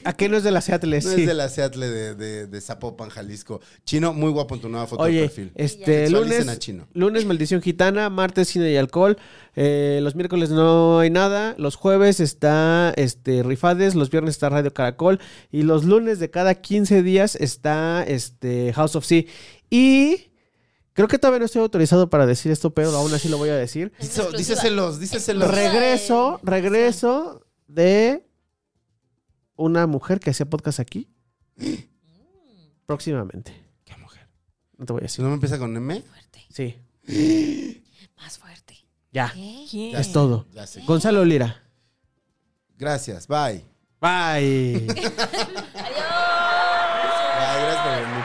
S5: Aquel no es de la Seattle,
S1: No
S5: Eh, sí.
S1: es de la Seattle de, de, de Zapopan, Jalisco. Chino, muy guapo en tu nueva foto de
S5: Oye,
S1: perfil.
S5: este
S1: Sexualicen
S5: lunes,
S1: a Chino.
S5: lunes maldición gitana, martes cine y alcohol, eh, los miércoles no hay nada, los jueves está este Rifades, los viernes está Radio Caracol y los lunes de cada 15 días está este House of Sea y creo que todavía no estoy autorizado para decir esto, pero aún así lo voy a decir.
S3: Es
S1: Dice-
S3: exclusiva.
S1: díceselos, díceselos.
S3: Re-
S5: Regreso,
S3: Sí.
S5: regreso de una mujer que hacía podcast aquí próximamente.
S1: ¿Qué mujer?
S5: No te voy a
S1: Si
S5: decir.
S1: no me empieza con M,
S3: Fuerte,
S5: Sí,
S3: más fuerte.
S5: ya.
S3: ¿Qué?
S6: ¿Quién?
S5: Es todo.
S1: ya sé.
S5: Gonzalo Lira.
S1: Gracias, bye.
S5: Bye.
S3: Adiós.
S1: Bye, gracias por venir.